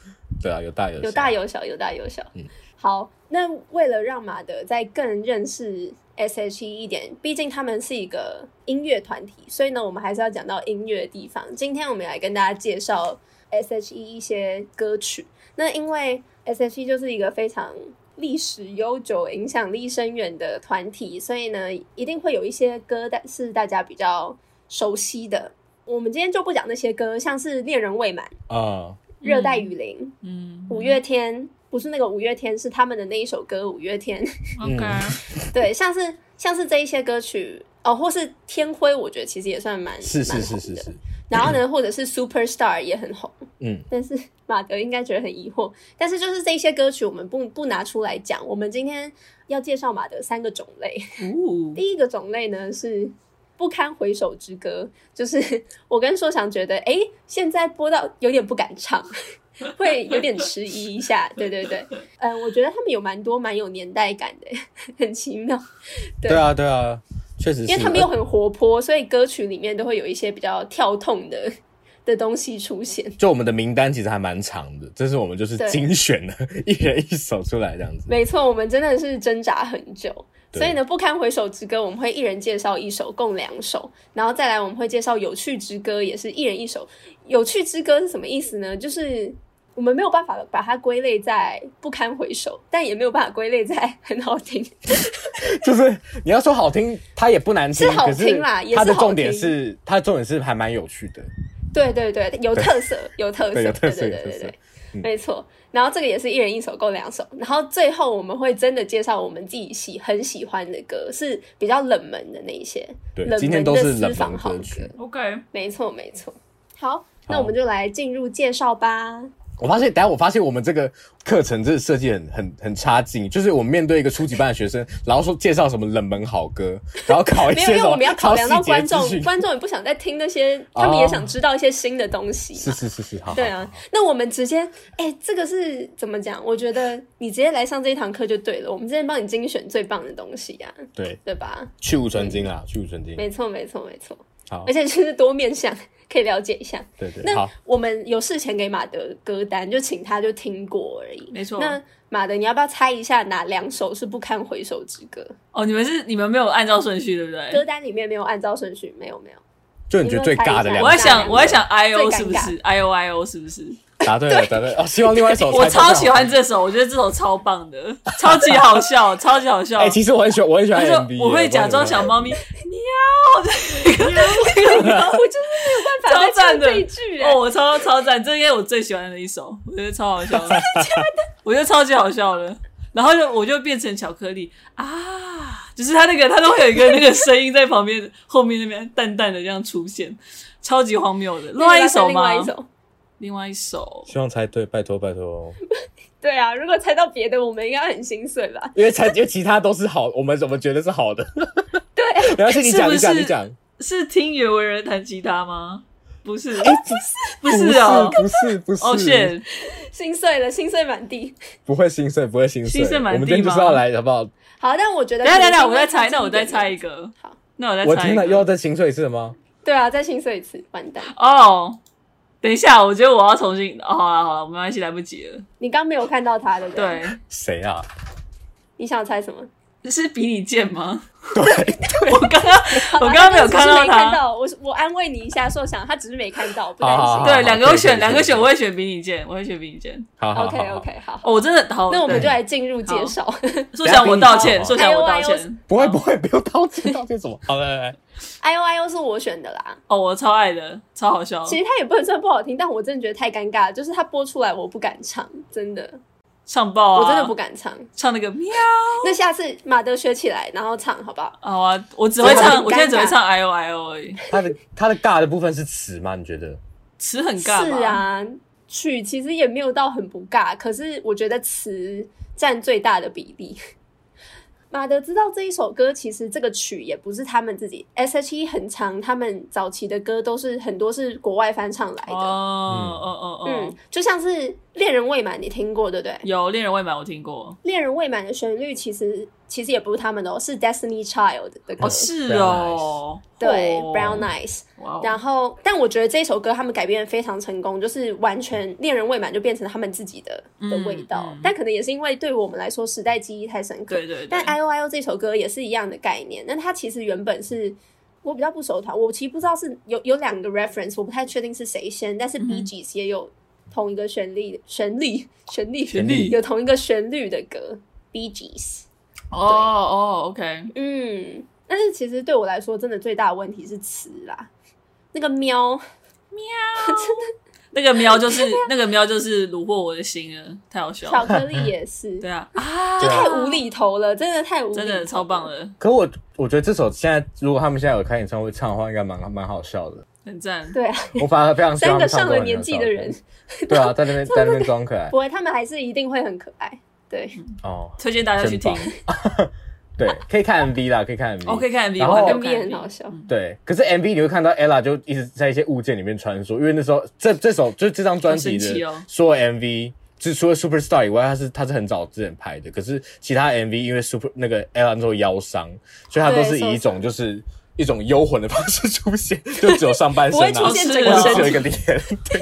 Speaker 2: 对啊，有大有小
Speaker 1: 有大有小，有大有小。
Speaker 2: 嗯
Speaker 1: 好，那为了让马德再更认识 S.H.E 一点，毕竟他们是一个音乐团体，所以呢，我们还是要讲到音乐的地方。今天我们来跟大家介绍 S.H.E 一些歌曲。那因为 S.H.E 就是一个非常历史悠久、影响力深远的团体，所以呢，一定会有一些歌但是大家比较熟悉的。我们今天就不讲那些歌，像是《恋人未满》《
Speaker 2: 啊，
Speaker 1: 热带雨林》
Speaker 3: 嗯
Speaker 1: 五月天不是那个五月天，是他们的那一首歌《五月天》。
Speaker 3: OK，
Speaker 1: 对，像是像是这一些歌曲哦，或是天辉，我觉得其实也算蛮
Speaker 2: 是是
Speaker 1: 蛮
Speaker 2: 是
Speaker 1: 红
Speaker 2: 是
Speaker 1: 的
Speaker 2: 是，
Speaker 1: 然后呢， 或者是 Superstar 也很红，
Speaker 2: 嗯，
Speaker 1: 但是马德应该觉得很疑惑。但是就是这些歌曲，我们不不拿出来讲。我们今天要介绍马德三个种类，
Speaker 2: 嗯
Speaker 3: 呜、
Speaker 1: 第一个种类呢是不堪回首之歌，就是 我跟硕翔觉得，哎，现在播到有点不敢唱， 会有点迟疑一下。对对对，嗯、我觉得他们有蛮多蛮有年代感的， 很奇妙，对
Speaker 2: 对啊对啊，确实是，
Speaker 1: 因为他们又很活泼，所以歌曲里面都会有一些比较跳痛的的东西出现。
Speaker 2: 就我们的名单其实还蛮长的，这是我们就是
Speaker 1: 对
Speaker 2: 精选的， 一人一首出来这样子。
Speaker 1: 没错，我们真的是挣扎很久。
Speaker 2: 对
Speaker 1: 所以呢，不堪回首之歌，我们会一人介绍一首，共两首，然后再来我们会介绍有趣之歌，也是一人一首。有趣之歌是什么意思呢？就是我们没有办法把它归类在不堪回首，但也没有办法归类在很好听。
Speaker 2: 就是你要说好听，它也不难听，
Speaker 1: 是好听啦
Speaker 2: 可
Speaker 1: 也是
Speaker 2: 它的
Speaker 1: 好
Speaker 2: 重点
Speaker 1: 听
Speaker 2: 是它的重点是还蛮有趣的。
Speaker 1: 对对对，有特 色，有特色，
Speaker 2: 对有特色
Speaker 1: 对
Speaker 2: 有
Speaker 1: 对
Speaker 2: 特
Speaker 1: 对
Speaker 2: 色嗯
Speaker 1: 对，没错。然后这个也是一人一首，够两首。然后最后我们会真的介绍我们自己喜很喜欢的歌，是比较冷门的那一些，
Speaker 2: 对
Speaker 1: 冷
Speaker 2: 今天
Speaker 1: 门
Speaker 2: 都
Speaker 1: 的
Speaker 2: 是冷
Speaker 1: 私房
Speaker 2: 门
Speaker 1: 好
Speaker 2: 歌
Speaker 1: 歌。
Speaker 2: 曲
Speaker 3: OK，
Speaker 1: 没错，没错。好，那我们就来进入介绍吧。
Speaker 2: 我发现，等一下我发现我们这个课程真的设计很很很差劲，就是我们面对一个初级班的学生，然后说介绍什么冷门好歌，然后考一
Speaker 1: 没有，
Speaker 2: 些
Speaker 1: 因
Speaker 2: 什
Speaker 1: 为我
Speaker 2: 么
Speaker 1: 们要考量到观
Speaker 2: 超
Speaker 1: 众
Speaker 2: 细节，资讯
Speaker 1: 观众也不想再听那些，
Speaker 2: 哦
Speaker 1: 他们也想知道一些新的东西
Speaker 2: 是
Speaker 1: 嘛。
Speaker 2: 是是是，好，好
Speaker 1: 对，啊，那我们直接，哎、这个是怎么讲？我觉得你直接来上这一堂课就对了。我们之前帮你精选最棒的东西呀、
Speaker 2: 对，
Speaker 1: 对吧？
Speaker 2: 去无存精啦，去无存精，
Speaker 1: 没错，没错，没错。
Speaker 2: 嗯好
Speaker 1: 而，且就是多面向，可以了解一下。
Speaker 2: 对对，
Speaker 1: 那
Speaker 2: 好，
Speaker 1: 我们有事前给马德歌单，就请他就听过而已。
Speaker 3: 没错。
Speaker 1: 那马德，你要不要猜一下哪两首是不堪回首之歌？
Speaker 3: 哦，你们是你们没有按照顺序，对不对？
Speaker 1: 歌单里面没有按照顺序，没有没有。
Speaker 2: 就你觉得最尬的两
Speaker 3: 我在
Speaker 2: 个，
Speaker 3: 想，我在想 I
Speaker 1: 最尴
Speaker 3: O
Speaker 1: 尬
Speaker 3: 是不是 I O I O 是不是？
Speaker 2: 答对了，答对了。哦，希望另外一首
Speaker 3: 我
Speaker 2: 猜到
Speaker 3: 超喜欢这首，我觉得这首超棒的，超级好笑，超级好笑。
Speaker 2: 哎、其实我很喜欢，我很喜欢
Speaker 3: 但
Speaker 2: MV，
Speaker 3: 是我会假装小
Speaker 2: 猫。
Speaker 3: 猫咪，
Speaker 1: 我就是没有办法再
Speaker 3: 超赞
Speaker 1: 唱
Speaker 3: 的
Speaker 1: 这一句、欸。
Speaker 3: 哦，我超超赞，这应该我最喜欢的一首，我觉得超好笑的， 我觉得超级好笑的。然后就我就变成巧克力啊，就是他那个他都会有一个那个声音在旁边后面那边淡淡的这样出现，超级荒谬的。另外一首
Speaker 1: 另
Speaker 3: 吗？
Speaker 1: 外一首。
Speaker 3: 另外一首
Speaker 2: 希望猜对，拜托拜托，
Speaker 1: 对啊，如果猜到别的，我们应该很心碎吧？
Speaker 2: 因为猜，因为其他都是好，我们怎么觉得是好的？对， 没关系，你
Speaker 3: 是
Speaker 2: 讲，
Speaker 3: 不
Speaker 2: 你讲，你
Speaker 3: 是
Speaker 2: 讲。
Speaker 3: 是听袁惟仁弹吉他吗？不是，哎不
Speaker 2: 不
Speaker 3: 是哦。
Speaker 2: 哎不是，不是，
Speaker 3: 哦，谢，
Speaker 1: 心碎了，心碎满地。
Speaker 2: 不会心碎，不会心碎。
Speaker 3: 心碎满地
Speaker 2: 我们今天就是
Speaker 3: 吗
Speaker 2: 要来，好不好？
Speaker 1: 好，但我觉得
Speaker 3: 等一下等一下，
Speaker 1: 可能
Speaker 3: 我再猜，
Speaker 1: 是因为
Speaker 3: 那我再
Speaker 1: 这
Speaker 3: 猜
Speaker 1: 一
Speaker 3: 一
Speaker 1: 点。
Speaker 3: 个
Speaker 1: 好，
Speaker 3: 那我再
Speaker 2: 我
Speaker 3: 猜
Speaker 2: 听
Speaker 3: 一个
Speaker 2: 了又要再心碎一次了吗？
Speaker 1: 对啊，再心碎一次，完蛋！
Speaker 3: 哦，等一下，我觉得我要重新。哦、好了好了，没关系，来不及了。
Speaker 1: 你刚没有看到他，对不对？
Speaker 3: 对，
Speaker 2: 谁啊？
Speaker 1: 你想猜什么？
Speaker 3: 是比你贱吗？
Speaker 2: 对，
Speaker 3: 我刚刚我刚刚没有看
Speaker 1: 到
Speaker 3: 到
Speaker 1: 没看
Speaker 3: 他。
Speaker 1: 到，哦哎我我安慰你一下，说想他只是没看到，不担
Speaker 2: 好好
Speaker 1: 心
Speaker 2: 好。
Speaker 3: 对，两个我
Speaker 2: 可以可
Speaker 3: 选，
Speaker 2: 以
Speaker 3: 两
Speaker 2: 可
Speaker 3: 个
Speaker 2: 以
Speaker 3: 选，
Speaker 2: 可以
Speaker 3: 我会选比你贱，我会选比你贱。
Speaker 2: 好好
Speaker 1: OK
Speaker 2: 好好
Speaker 1: OK，好，
Speaker 3: 哦，我真的好，
Speaker 1: 那我们
Speaker 3: 对
Speaker 1: 就来进入介绍。
Speaker 3: 坐下，我道歉，
Speaker 2: 好
Speaker 3: 坐下，我道
Speaker 1: 哎呦哎呦
Speaker 3: 歉。
Speaker 2: 不会不会，不用道歉道歉什么？好来来来，
Speaker 1: I O I O 是我选的啦，
Speaker 3: 哦，我超爱的，超好笑。
Speaker 1: 其实它也不能算不好听，但我真的觉得太尴尬了，就是它播出来我不敢唱，真的，
Speaker 3: 唱爆啊！
Speaker 1: 我真的不敢唱。
Speaker 3: 唱那个喵。
Speaker 1: 那下次马德学起来，然后唱好不好？
Speaker 3: 好啊，我只会
Speaker 1: 真的很
Speaker 3: 唱，我现在只
Speaker 1: 尴
Speaker 3: 会
Speaker 1: 尬
Speaker 3: 唱 I O I O 而已，
Speaker 2: 他的他的尬的部分是词吗？你觉得？
Speaker 3: 词很
Speaker 1: 是
Speaker 3: 尬吧。
Speaker 1: 啊，曲其实也没有到很不尬，可是我觉得词占最大的比例。 马德知道这一首歌，其实这个曲也不是他们自己，S.H.E 很长，他们早期的歌都是很多是国外翻唱来的。
Speaker 3: 哦哦哦
Speaker 1: 嗯
Speaker 3: 哦，，
Speaker 1: 就像是《恋人未满》，你听过对不对？
Speaker 3: 有《恋人未满》我听过。
Speaker 1: 《恋人未满》的旋律其实其实也不是他们的哦，是 Destiny Child 的
Speaker 2: 呃
Speaker 1: 歌，
Speaker 3: 哦，是哦，
Speaker 1: 对、
Speaker 3: 哦
Speaker 1: Brown Eyes。
Speaker 3: 哇哦
Speaker 1: 然后，但我觉得这首歌他们改编的非常成功，就是完全《恋人未满》就变成他们自己的的
Speaker 3: 嗯
Speaker 1: 味道、
Speaker 3: 嗯
Speaker 1: 但可能也是因为对我们来说时代记忆太深刻。
Speaker 3: 对对对，
Speaker 1: 但 I O I O 这首歌也是一样的概念，但它其实原本是我比较不熟它，我其实不知道是有有两个 reference，我不太确定是谁先，但是
Speaker 3: 嗯
Speaker 1: B G S 也有同一个旋律、旋律、 旋律、
Speaker 3: 旋律
Speaker 1: 有同一个旋律的歌 B G S。
Speaker 3: 哦哦，OK，
Speaker 1: 嗯，但是其实对我来说，真的最大的问题是词啦，那个喵，
Speaker 3: 那个喵就是 那个喵就是虏获我的心了，太好笑
Speaker 1: 巧
Speaker 3: 了。
Speaker 1: 克 力也是，
Speaker 3: 对啊，啊，
Speaker 1: 就太无厘头了，真的太无厘头
Speaker 3: 真
Speaker 1: 了
Speaker 3: 的超棒。的，
Speaker 2: 可我我觉得这首现在如果他们现在有开演唱会唱的话，应该蛮蛮好笑的。
Speaker 3: 很赞。
Speaker 1: 对啊，
Speaker 2: 我反而非常喜
Speaker 1: 三
Speaker 2: 欢
Speaker 1: 个
Speaker 2: 他们唱
Speaker 1: 上
Speaker 2: 歌
Speaker 1: 了
Speaker 2: 很
Speaker 1: 年
Speaker 2: 好
Speaker 1: 纪
Speaker 2: 笑
Speaker 1: 的人，
Speaker 2: 对啊，在那边在那边装可爱
Speaker 1: 不会，他们还是一定会很可爱。对，
Speaker 2: 哦，
Speaker 3: 推荐大家去听
Speaker 2: 真对，可以看 MV 啦，可以看 MV。
Speaker 3: ，OK 看 MV，
Speaker 2: 然
Speaker 3: 我
Speaker 2: 后
Speaker 3: 还没有
Speaker 1: MV
Speaker 3: 嗯看
Speaker 1: 很好笑。
Speaker 2: 对，可是 MV 你会看到 ella 就一直在一些物件里面穿梭，因为那时候这这首就是这张专辑
Speaker 3: 好神奇
Speaker 2: 的
Speaker 3: 哦
Speaker 2: 所有 MV，就除了 Superstar 以外，它是它是很早之前拍的，可是其他 MV 因为 Super 那个 ella 那时候腰伤，所以它都
Speaker 1: 对
Speaker 2: 是以一
Speaker 1: 受伤
Speaker 2: 种就是一种幽魂的方式出现， 就只有上半
Speaker 1: 不会
Speaker 2: 身、啊，
Speaker 1: 出现整
Speaker 3: 哦
Speaker 1: 个
Speaker 2: 或是
Speaker 3: 是
Speaker 1: 身
Speaker 3: 啊
Speaker 2: 只有一
Speaker 1: 体，
Speaker 2: 个 脸。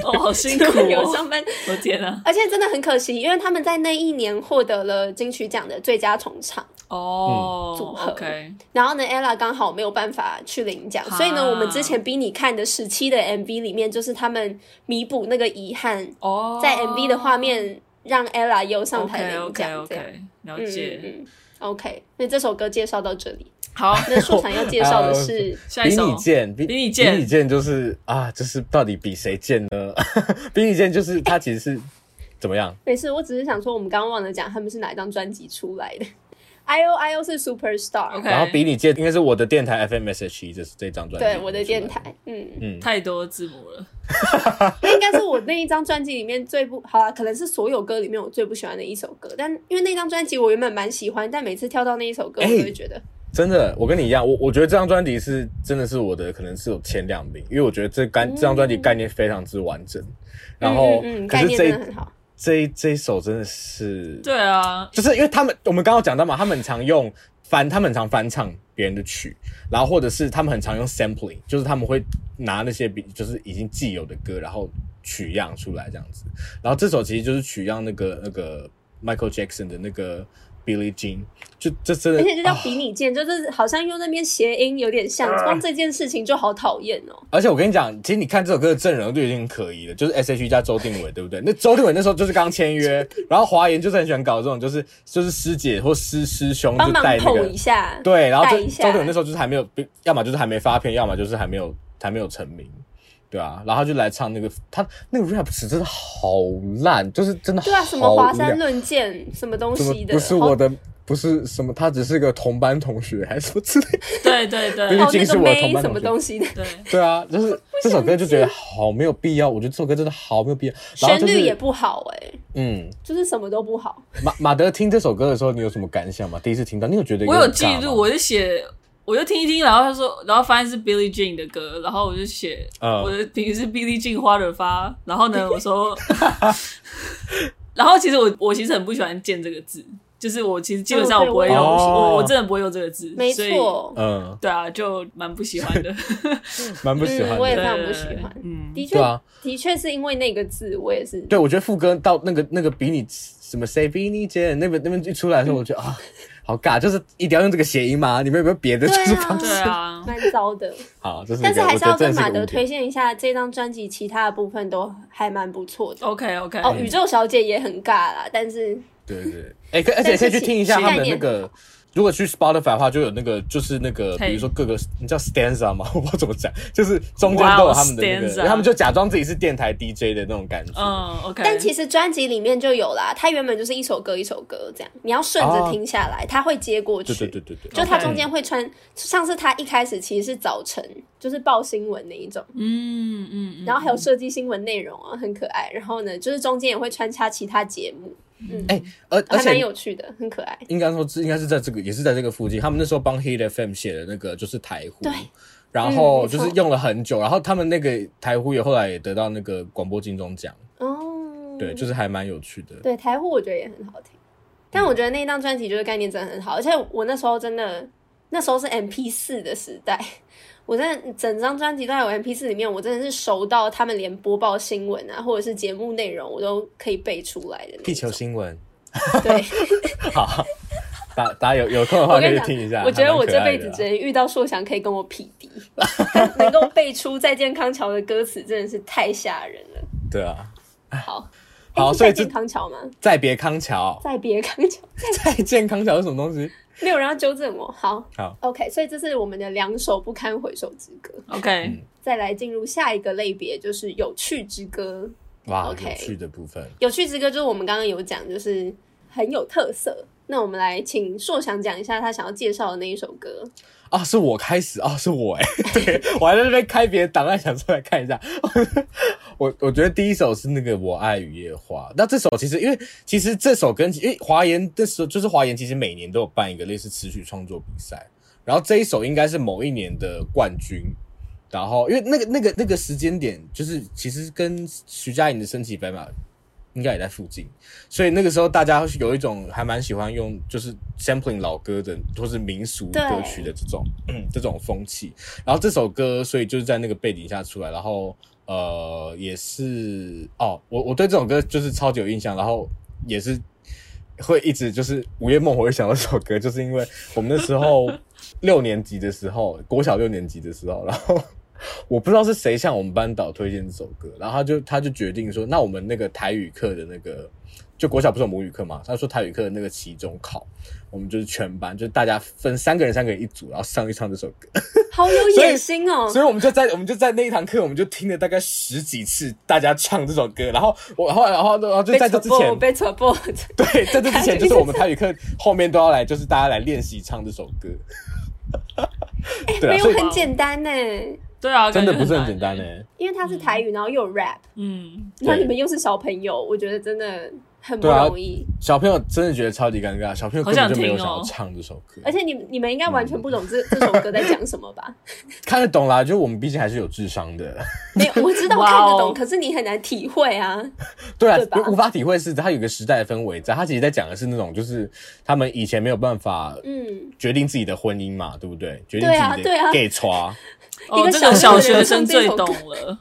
Speaker 3: 哦，好辛苦
Speaker 1: 就会有
Speaker 3: 哦，
Speaker 1: 上半。
Speaker 3: 我天啊，
Speaker 1: 而且真的很可惜，因为他们在那一年获得了金曲奖的最佳重唱，
Speaker 3: 哦
Speaker 1: 组
Speaker 2: 嗯
Speaker 1: 合
Speaker 3: ，OK，
Speaker 1: 然后呢，ella 刚好没有办法去领奖，
Speaker 3: 啊
Speaker 1: 所以呢，我们之前逼你看的十七的 MV 里面，就是他们弥补那个遗憾，
Speaker 3: 哦，
Speaker 1: 在 MV 的画面让 ella 也有上台领奖
Speaker 3: OK
Speaker 1: 这样
Speaker 3: OK，了
Speaker 1: 嗯嗯
Speaker 3: 解。
Speaker 1: 嗯，OK，那这首歌介绍到这里。
Speaker 3: 好，
Speaker 1: 那硕想要介绍的 是
Speaker 3: 下一
Speaker 2: 比
Speaker 3: 首
Speaker 2: 你贱，比
Speaker 3: 比你贱
Speaker 2: 比你贱就是啊，就是到底比谁贱呢？ 比你贱就是它其实是怎么样？
Speaker 1: 没事，我只是想说，我们刚刚忘了讲他们是哪一张专辑出来的。I O I O 是 Superstar，、
Speaker 3: OK
Speaker 2: 然后比你贱应该是我的电台 FMSH，这是 E，这张专辑。
Speaker 1: 对我的电台，
Speaker 2: 哦
Speaker 1: 嗯，
Speaker 3: 太多字母了，
Speaker 1: 那应该是我那一张专辑里面最不好啦，可能是所有歌里面我最不喜欢的一首歌。但因为那张专辑我原本蛮喜欢，但每次跳到那一首歌，我
Speaker 2: 哎
Speaker 1: 都会觉得、
Speaker 2: 真的，我跟你一样，我我觉得这张专辑是真的是我的，可能是有前两名，因为我觉得这概这张专辑概念非常之完整。然后，
Speaker 1: 嗯嗯嗯嗯，
Speaker 2: 可
Speaker 1: 概
Speaker 2: 是
Speaker 1: 念
Speaker 2: 这
Speaker 1: 真
Speaker 2: 一
Speaker 1: 的很好。
Speaker 2: 这一这一首真的是，
Speaker 3: 对啊，
Speaker 2: 就是因为他们我们刚刚讲到嘛，他们很常用翻，他们很常翻唱别人的曲，然后或者是他们很常用 sampling，就是他们会拿那些比就是已经既有的歌，然后取样出来这样子。然后这首其实就是取样那个那个 Michael Jackson 的那个 Billy Jean，就这真的，
Speaker 1: 而且就叫
Speaker 2: 啊
Speaker 1: 比你贱，就是好像用那边谐音有点像，光这件事情就好讨厌哦。
Speaker 2: 而且我跟你讲，其实你看这首歌的阵容就已经很可疑了，就是 S H E 加周定伟，对不对？那周定伟那时候就是刚签约，然后华研就是很喜欢搞这种，就是就是师姐或师师兄
Speaker 1: 帮
Speaker 2: 就
Speaker 1: 忙
Speaker 2: 带那
Speaker 1: 捧
Speaker 2: 个
Speaker 1: 一， 下，
Speaker 2: 对，然后
Speaker 1: 带
Speaker 2: 周
Speaker 1: 一下
Speaker 2: 周定伟那时候就是还没有，要么就是还没发片，要么就是还没有还没有成名，对啊，然后他就来唱那个他那个 rap 词真的好烂，就是真的
Speaker 1: 对啊，
Speaker 2: 好
Speaker 1: 什么华
Speaker 2: 无
Speaker 1: 山
Speaker 2: 聊
Speaker 1: 论剑什么东
Speaker 2: 怎么
Speaker 1: 西的，
Speaker 2: 不是我的，不是什么，他只是个同班同学还是什么之类的。
Speaker 3: 对对对
Speaker 1: 好，
Speaker 2: 毕
Speaker 1: 哦
Speaker 2: 竟
Speaker 1: 那
Speaker 2: 是
Speaker 1: 个
Speaker 2: 我的
Speaker 1: 妹
Speaker 2: 同班
Speaker 1: 什
Speaker 2: 同
Speaker 1: 么
Speaker 2: 学
Speaker 1: 东西的，
Speaker 3: 对，
Speaker 2: 对啊，就是 这首歌就觉得好没有必要，我觉得这首歌真的好没有必要。 然后
Speaker 1: 旋
Speaker 2: 就是
Speaker 1: 律也不好哎，
Speaker 2: 嗯，
Speaker 1: 就是什么都不好。
Speaker 2: 马马德听这首歌的时候，你有什么感想吗？第一次听到，你有觉得
Speaker 3: 我
Speaker 2: 有
Speaker 3: 有
Speaker 2: 点
Speaker 3: 记
Speaker 2: 尬吗
Speaker 3: 录，我就写，我就听一听，然后他说，然后发现是 Billy Jean 的歌，然后我就写，
Speaker 2: 嗯
Speaker 3: 我的评语是 Billy Jean 花惹发，然后 呢，我说，然后其实我我其实很不喜欢“贱”这个字，就是我其实基本上
Speaker 1: 哦
Speaker 3: 我
Speaker 1: 对
Speaker 3: 不会用，
Speaker 2: 我也是
Speaker 3: 我我真的不会用这个字，
Speaker 1: 没
Speaker 3: 所以。
Speaker 1: 错，
Speaker 2: 嗯，
Speaker 3: 对啊，就蛮不 喜欢的。
Speaker 2: 蛮不喜欢
Speaker 1: 嗯我也非
Speaker 2: 的。
Speaker 1: 常不喜欢
Speaker 3: 嗯，
Speaker 1: 的确
Speaker 2: 对，啊，
Speaker 1: 的确是因为那个字，我也是。
Speaker 2: 对，我觉得副歌到那个那个比你什么谁比你贱那边那边一出来的时候，我觉得啊，好尬，就是一定要用这个谐音吗？你们有没有别的就
Speaker 1: 对啊
Speaker 2: 是方
Speaker 3: 对
Speaker 2: 式？
Speaker 3: 啊，
Speaker 1: 蛮糟的，
Speaker 2: 好，这是一个
Speaker 1: 但是还
Speaker 2: 我
Speaker 1: 是
Speaker 2: 觉得
Speaker 1: 要跟
Speaker 2: 真的
Speaker 1: 马
Speaker 2: 一个
Speaker 1: 德
Speaker 2: 污
Speaker 1: 推
Speaker 2: 点。
Speaker 1: 荐一下这张专辑，其他的部分都还蛮不错的。
Speaker 3: OK OK，
Speaker 1: 哦，宇宙小姐也很尬啦，但是
Speaker 2: 对对，对 哎，可而且
Speaker 1: 但是
Speaker 2: 可以去听一下他们的
Speaker 1: 其
Speaker 2: 那个。如果去 Spotify 的话，就有那个，就是那个，
Speaker 3: 嘿
Speaker 2: 比如说各个，你叫 stanza 吗？ 我不知道怎么讲，就是中间都有他们的那
Speaker 3: Wow，
Speaker 2: 个，
Speaker 3: stanza
Speaker 2: 他们就假装自己是电台 DJ 的那种感觉。
Speaker 3: 嗯 OK，
Speaker 1: 但其实专辑里面就有啦，它原本就是一首歌一首歌这样，你要顺着听下来，它会接过去。
Speaker 2: 啊对对对对对，
Speaker 1: 就它
Speaker 3: OK
Speaker 1: 中间会穿，像是它一开始其实是早晨，就是报新闻那一种，
Speaker 3: 嗯嗯嗯，
Speaker 1: 然后还有设计新闻内容啊，很可爱。然后呢，就是中间也会穿插其他节目，
Speaker 2: 哎，而而
Speaker 1: 还蛮
Speaker 2: 且
Speaker 1: 有趣的，很可爱。
Speaker 2: 应该说是应该是在这个也是在这个附近，他们那时候帮 Hit FM 写的那个就是台呼，
Speaker 1: 对
Speaker 2: 然
Speaker 1: 嗯
Speaker 2: 后
Speaker 1: 没
Speaker 2: 就
Speaker 1: 错
Speaker 2: 是用了很久，然后他们那个台呼也后来也得到那个广播金钟奖，
Speaker 1: 哦，
Speaker 2: 对，就是还蛮有趣的。
Speaker 1: 对台呼我觉得也很好听，但我觉得那一张专辑就是概念真的很好，而且我那时候真的那时候是 M P 四的时代，我真的整张专辑都在我 M P 四里面，我真的是熟到他们连播报新闻啊，或者是节目内容我都可以背出来的那
Speaker 2: 地球
Speaker 1: 种。
Speaker 2: 新闻，
Speaker 1: 对，
Speaker 2: 好，大大家有有空的话
Speaker 1: 我
Speaker 2: 可
Speaker 1: 跟
Speaker 2: 以
Speaker 1: 你
Speaker 2: 去听一下。
Speaker 1: 讲，我觉得我
Speaker 2: 还蛮可
Speaker 1: 这
Speaker 2: 爱
Speaker 1: 辈
Speaker 2: 的
Speaker 1: 子
Speaker 2: 啊
Speaker 1: 只能遇到硕翔可以跟我匹敌， 能够背出《再见康桥》的歌词真的是太吓人了。
Speaker 2: 对啊，
Speaker 1: 好，
Speaker 2: 好
Speaker 1: 哎是
Speaker 2: 所以
Speaker 1: 再见
Speaker 2: 这
Speaker 1: 康桥吗？
Speaker 2: 再别康桥，
Speaker 1: 再别康桥。
Speaker 2: 再见康桥是什么东西？
Speaker 1: 没有人要纠正我。好，
Speaker 2: 好
Speaker 1: ，OK，所以这是我们的两首不堪回首之歌。
Speaker 2: 嗯
Speaker 3: OK，
Speaker 1: 再来进入下一个类别，就是有趣之歌。
Speaker 2: 哇
Speaker 1: OK
Speaker 2: 有趣的部分。
Speaker 1: 有趣之歌就是我们刚刚有讲，就是很有特色。那我们来请硕翔讲一下他想要介绍的那一首 歌。
Speaker 2: 啊，是我开始啊，是我哎、 对我还在那边开别的档案，想出来看一下。 我我觉得第一首是那个《我爱雨夜花》，那这首其实因为其实这首跟因为华研那时候就是华研，其实每年都有办一个类似词曲创作比赛，然后这一首应该是某一年的冠军。然后因为那个那个那个时间点，就是其实跟徐佳莹的《身骑白马》应该也在附近，所以那个时候大家有一种还蛮喜欢用就是 sampling 老歌的或是民俗歌曲的这种这种风气。然后这首歌，所以就是在那个背景下出来，然后呃也是哦，我我对这首歌就是超级有印象，然后也是会一直就是午夜梦回会想到这首歌，就是因为我们那时候 六年级的时候，国小六年级的时候，然后我不知道是谁向我们班导推荐这首歌，然后他就他就决定说，那我们那个台语课的那个。就国小不是有母语课嘛？他说台语课的那个期中考，我们就是全班，就是大家分三个人，三个人一组，然后上去唱这首歌。
Speaker 1: 好有野心哦！
Speaker 2: 所以我们就在我们就在那一堂课，我们就听了大概十几次大家唱这首歌，然后我后来然后然后就
Speaker 1: 被
Speaker 2: 在这之前，
Speaker 1: 被戳破，
Speaker 2: 对，在这之前
Speaker 1: 台语
Speaker 2: 就是我们台语课后面都要来，就是大家来练习唱这首歌。
Speaker 1: 没
Speaker 2: 对啊，
Speaker 1: 哎有
Speaker 2: 所以
Speaker 1: 很简单呢，
Speaker 3: 对啊，
Speaker 2: 真的
Speaker 3: 感觉
Speaker 2: 不是很
Speaker 3: 难
Speaker 2: 简单呢、
Speaker 3: 欸
Speaker 1: 因为它是台语，然后又有 rap，
Speaker 3: 嗯，
Speaker 1: 然后
Speaker 2: 对
Speaker 1: 你们又是小朋友，我觉得真的很不
Speaker 2: 对啊
Speaker 1: 容易。
Speaker 2: 小朋友真的觉得超级尴尬，小朋友根本就没有想要
Speaker 3: 好想听哦
Speaker 2: 唱这首歌，
Speaker 1: 而且你你们应该完全不懂
Speaker 2: 嗯
Speaker 1: 这这首歌在讲什么 吧？
Speaker 2: 看得懂啦，就我们毕竟还是有智商的，
Speaker 1: 没有，我知道
Speaker 3: 哇哦
Speaker 1: 看得懂，可是你很难体会啊。
Speaker 2: 对啊
Speaker 1: 对吧，
Speaker 2: 无法体会是它有一个时代的氛围在，它其实在讲的是那种就是他们以前没有办法
Speaker 1: 嗯，
Speaker 2: 决定自己的婚姻嘛，对不对？决定
Speaker 1: 对啊
Speaker 2: 自己
Speaker 1: 对
Speaker 2: 的
Speaker 1: 啊
Speaker 2: gay 抓、
Speaker 3: 哦，
Speaker 1: 个
Speaker 3: 这
Speaker 1: 小
Speaker 3: 个小
Speaker 1: 学
Speaker 3: 学
Speaker 1: 生
Speaker 3: 生
Speaker 1: 这
Speaker 3: 最
Speaker 1: 首歌
Speaker 3: 懂了，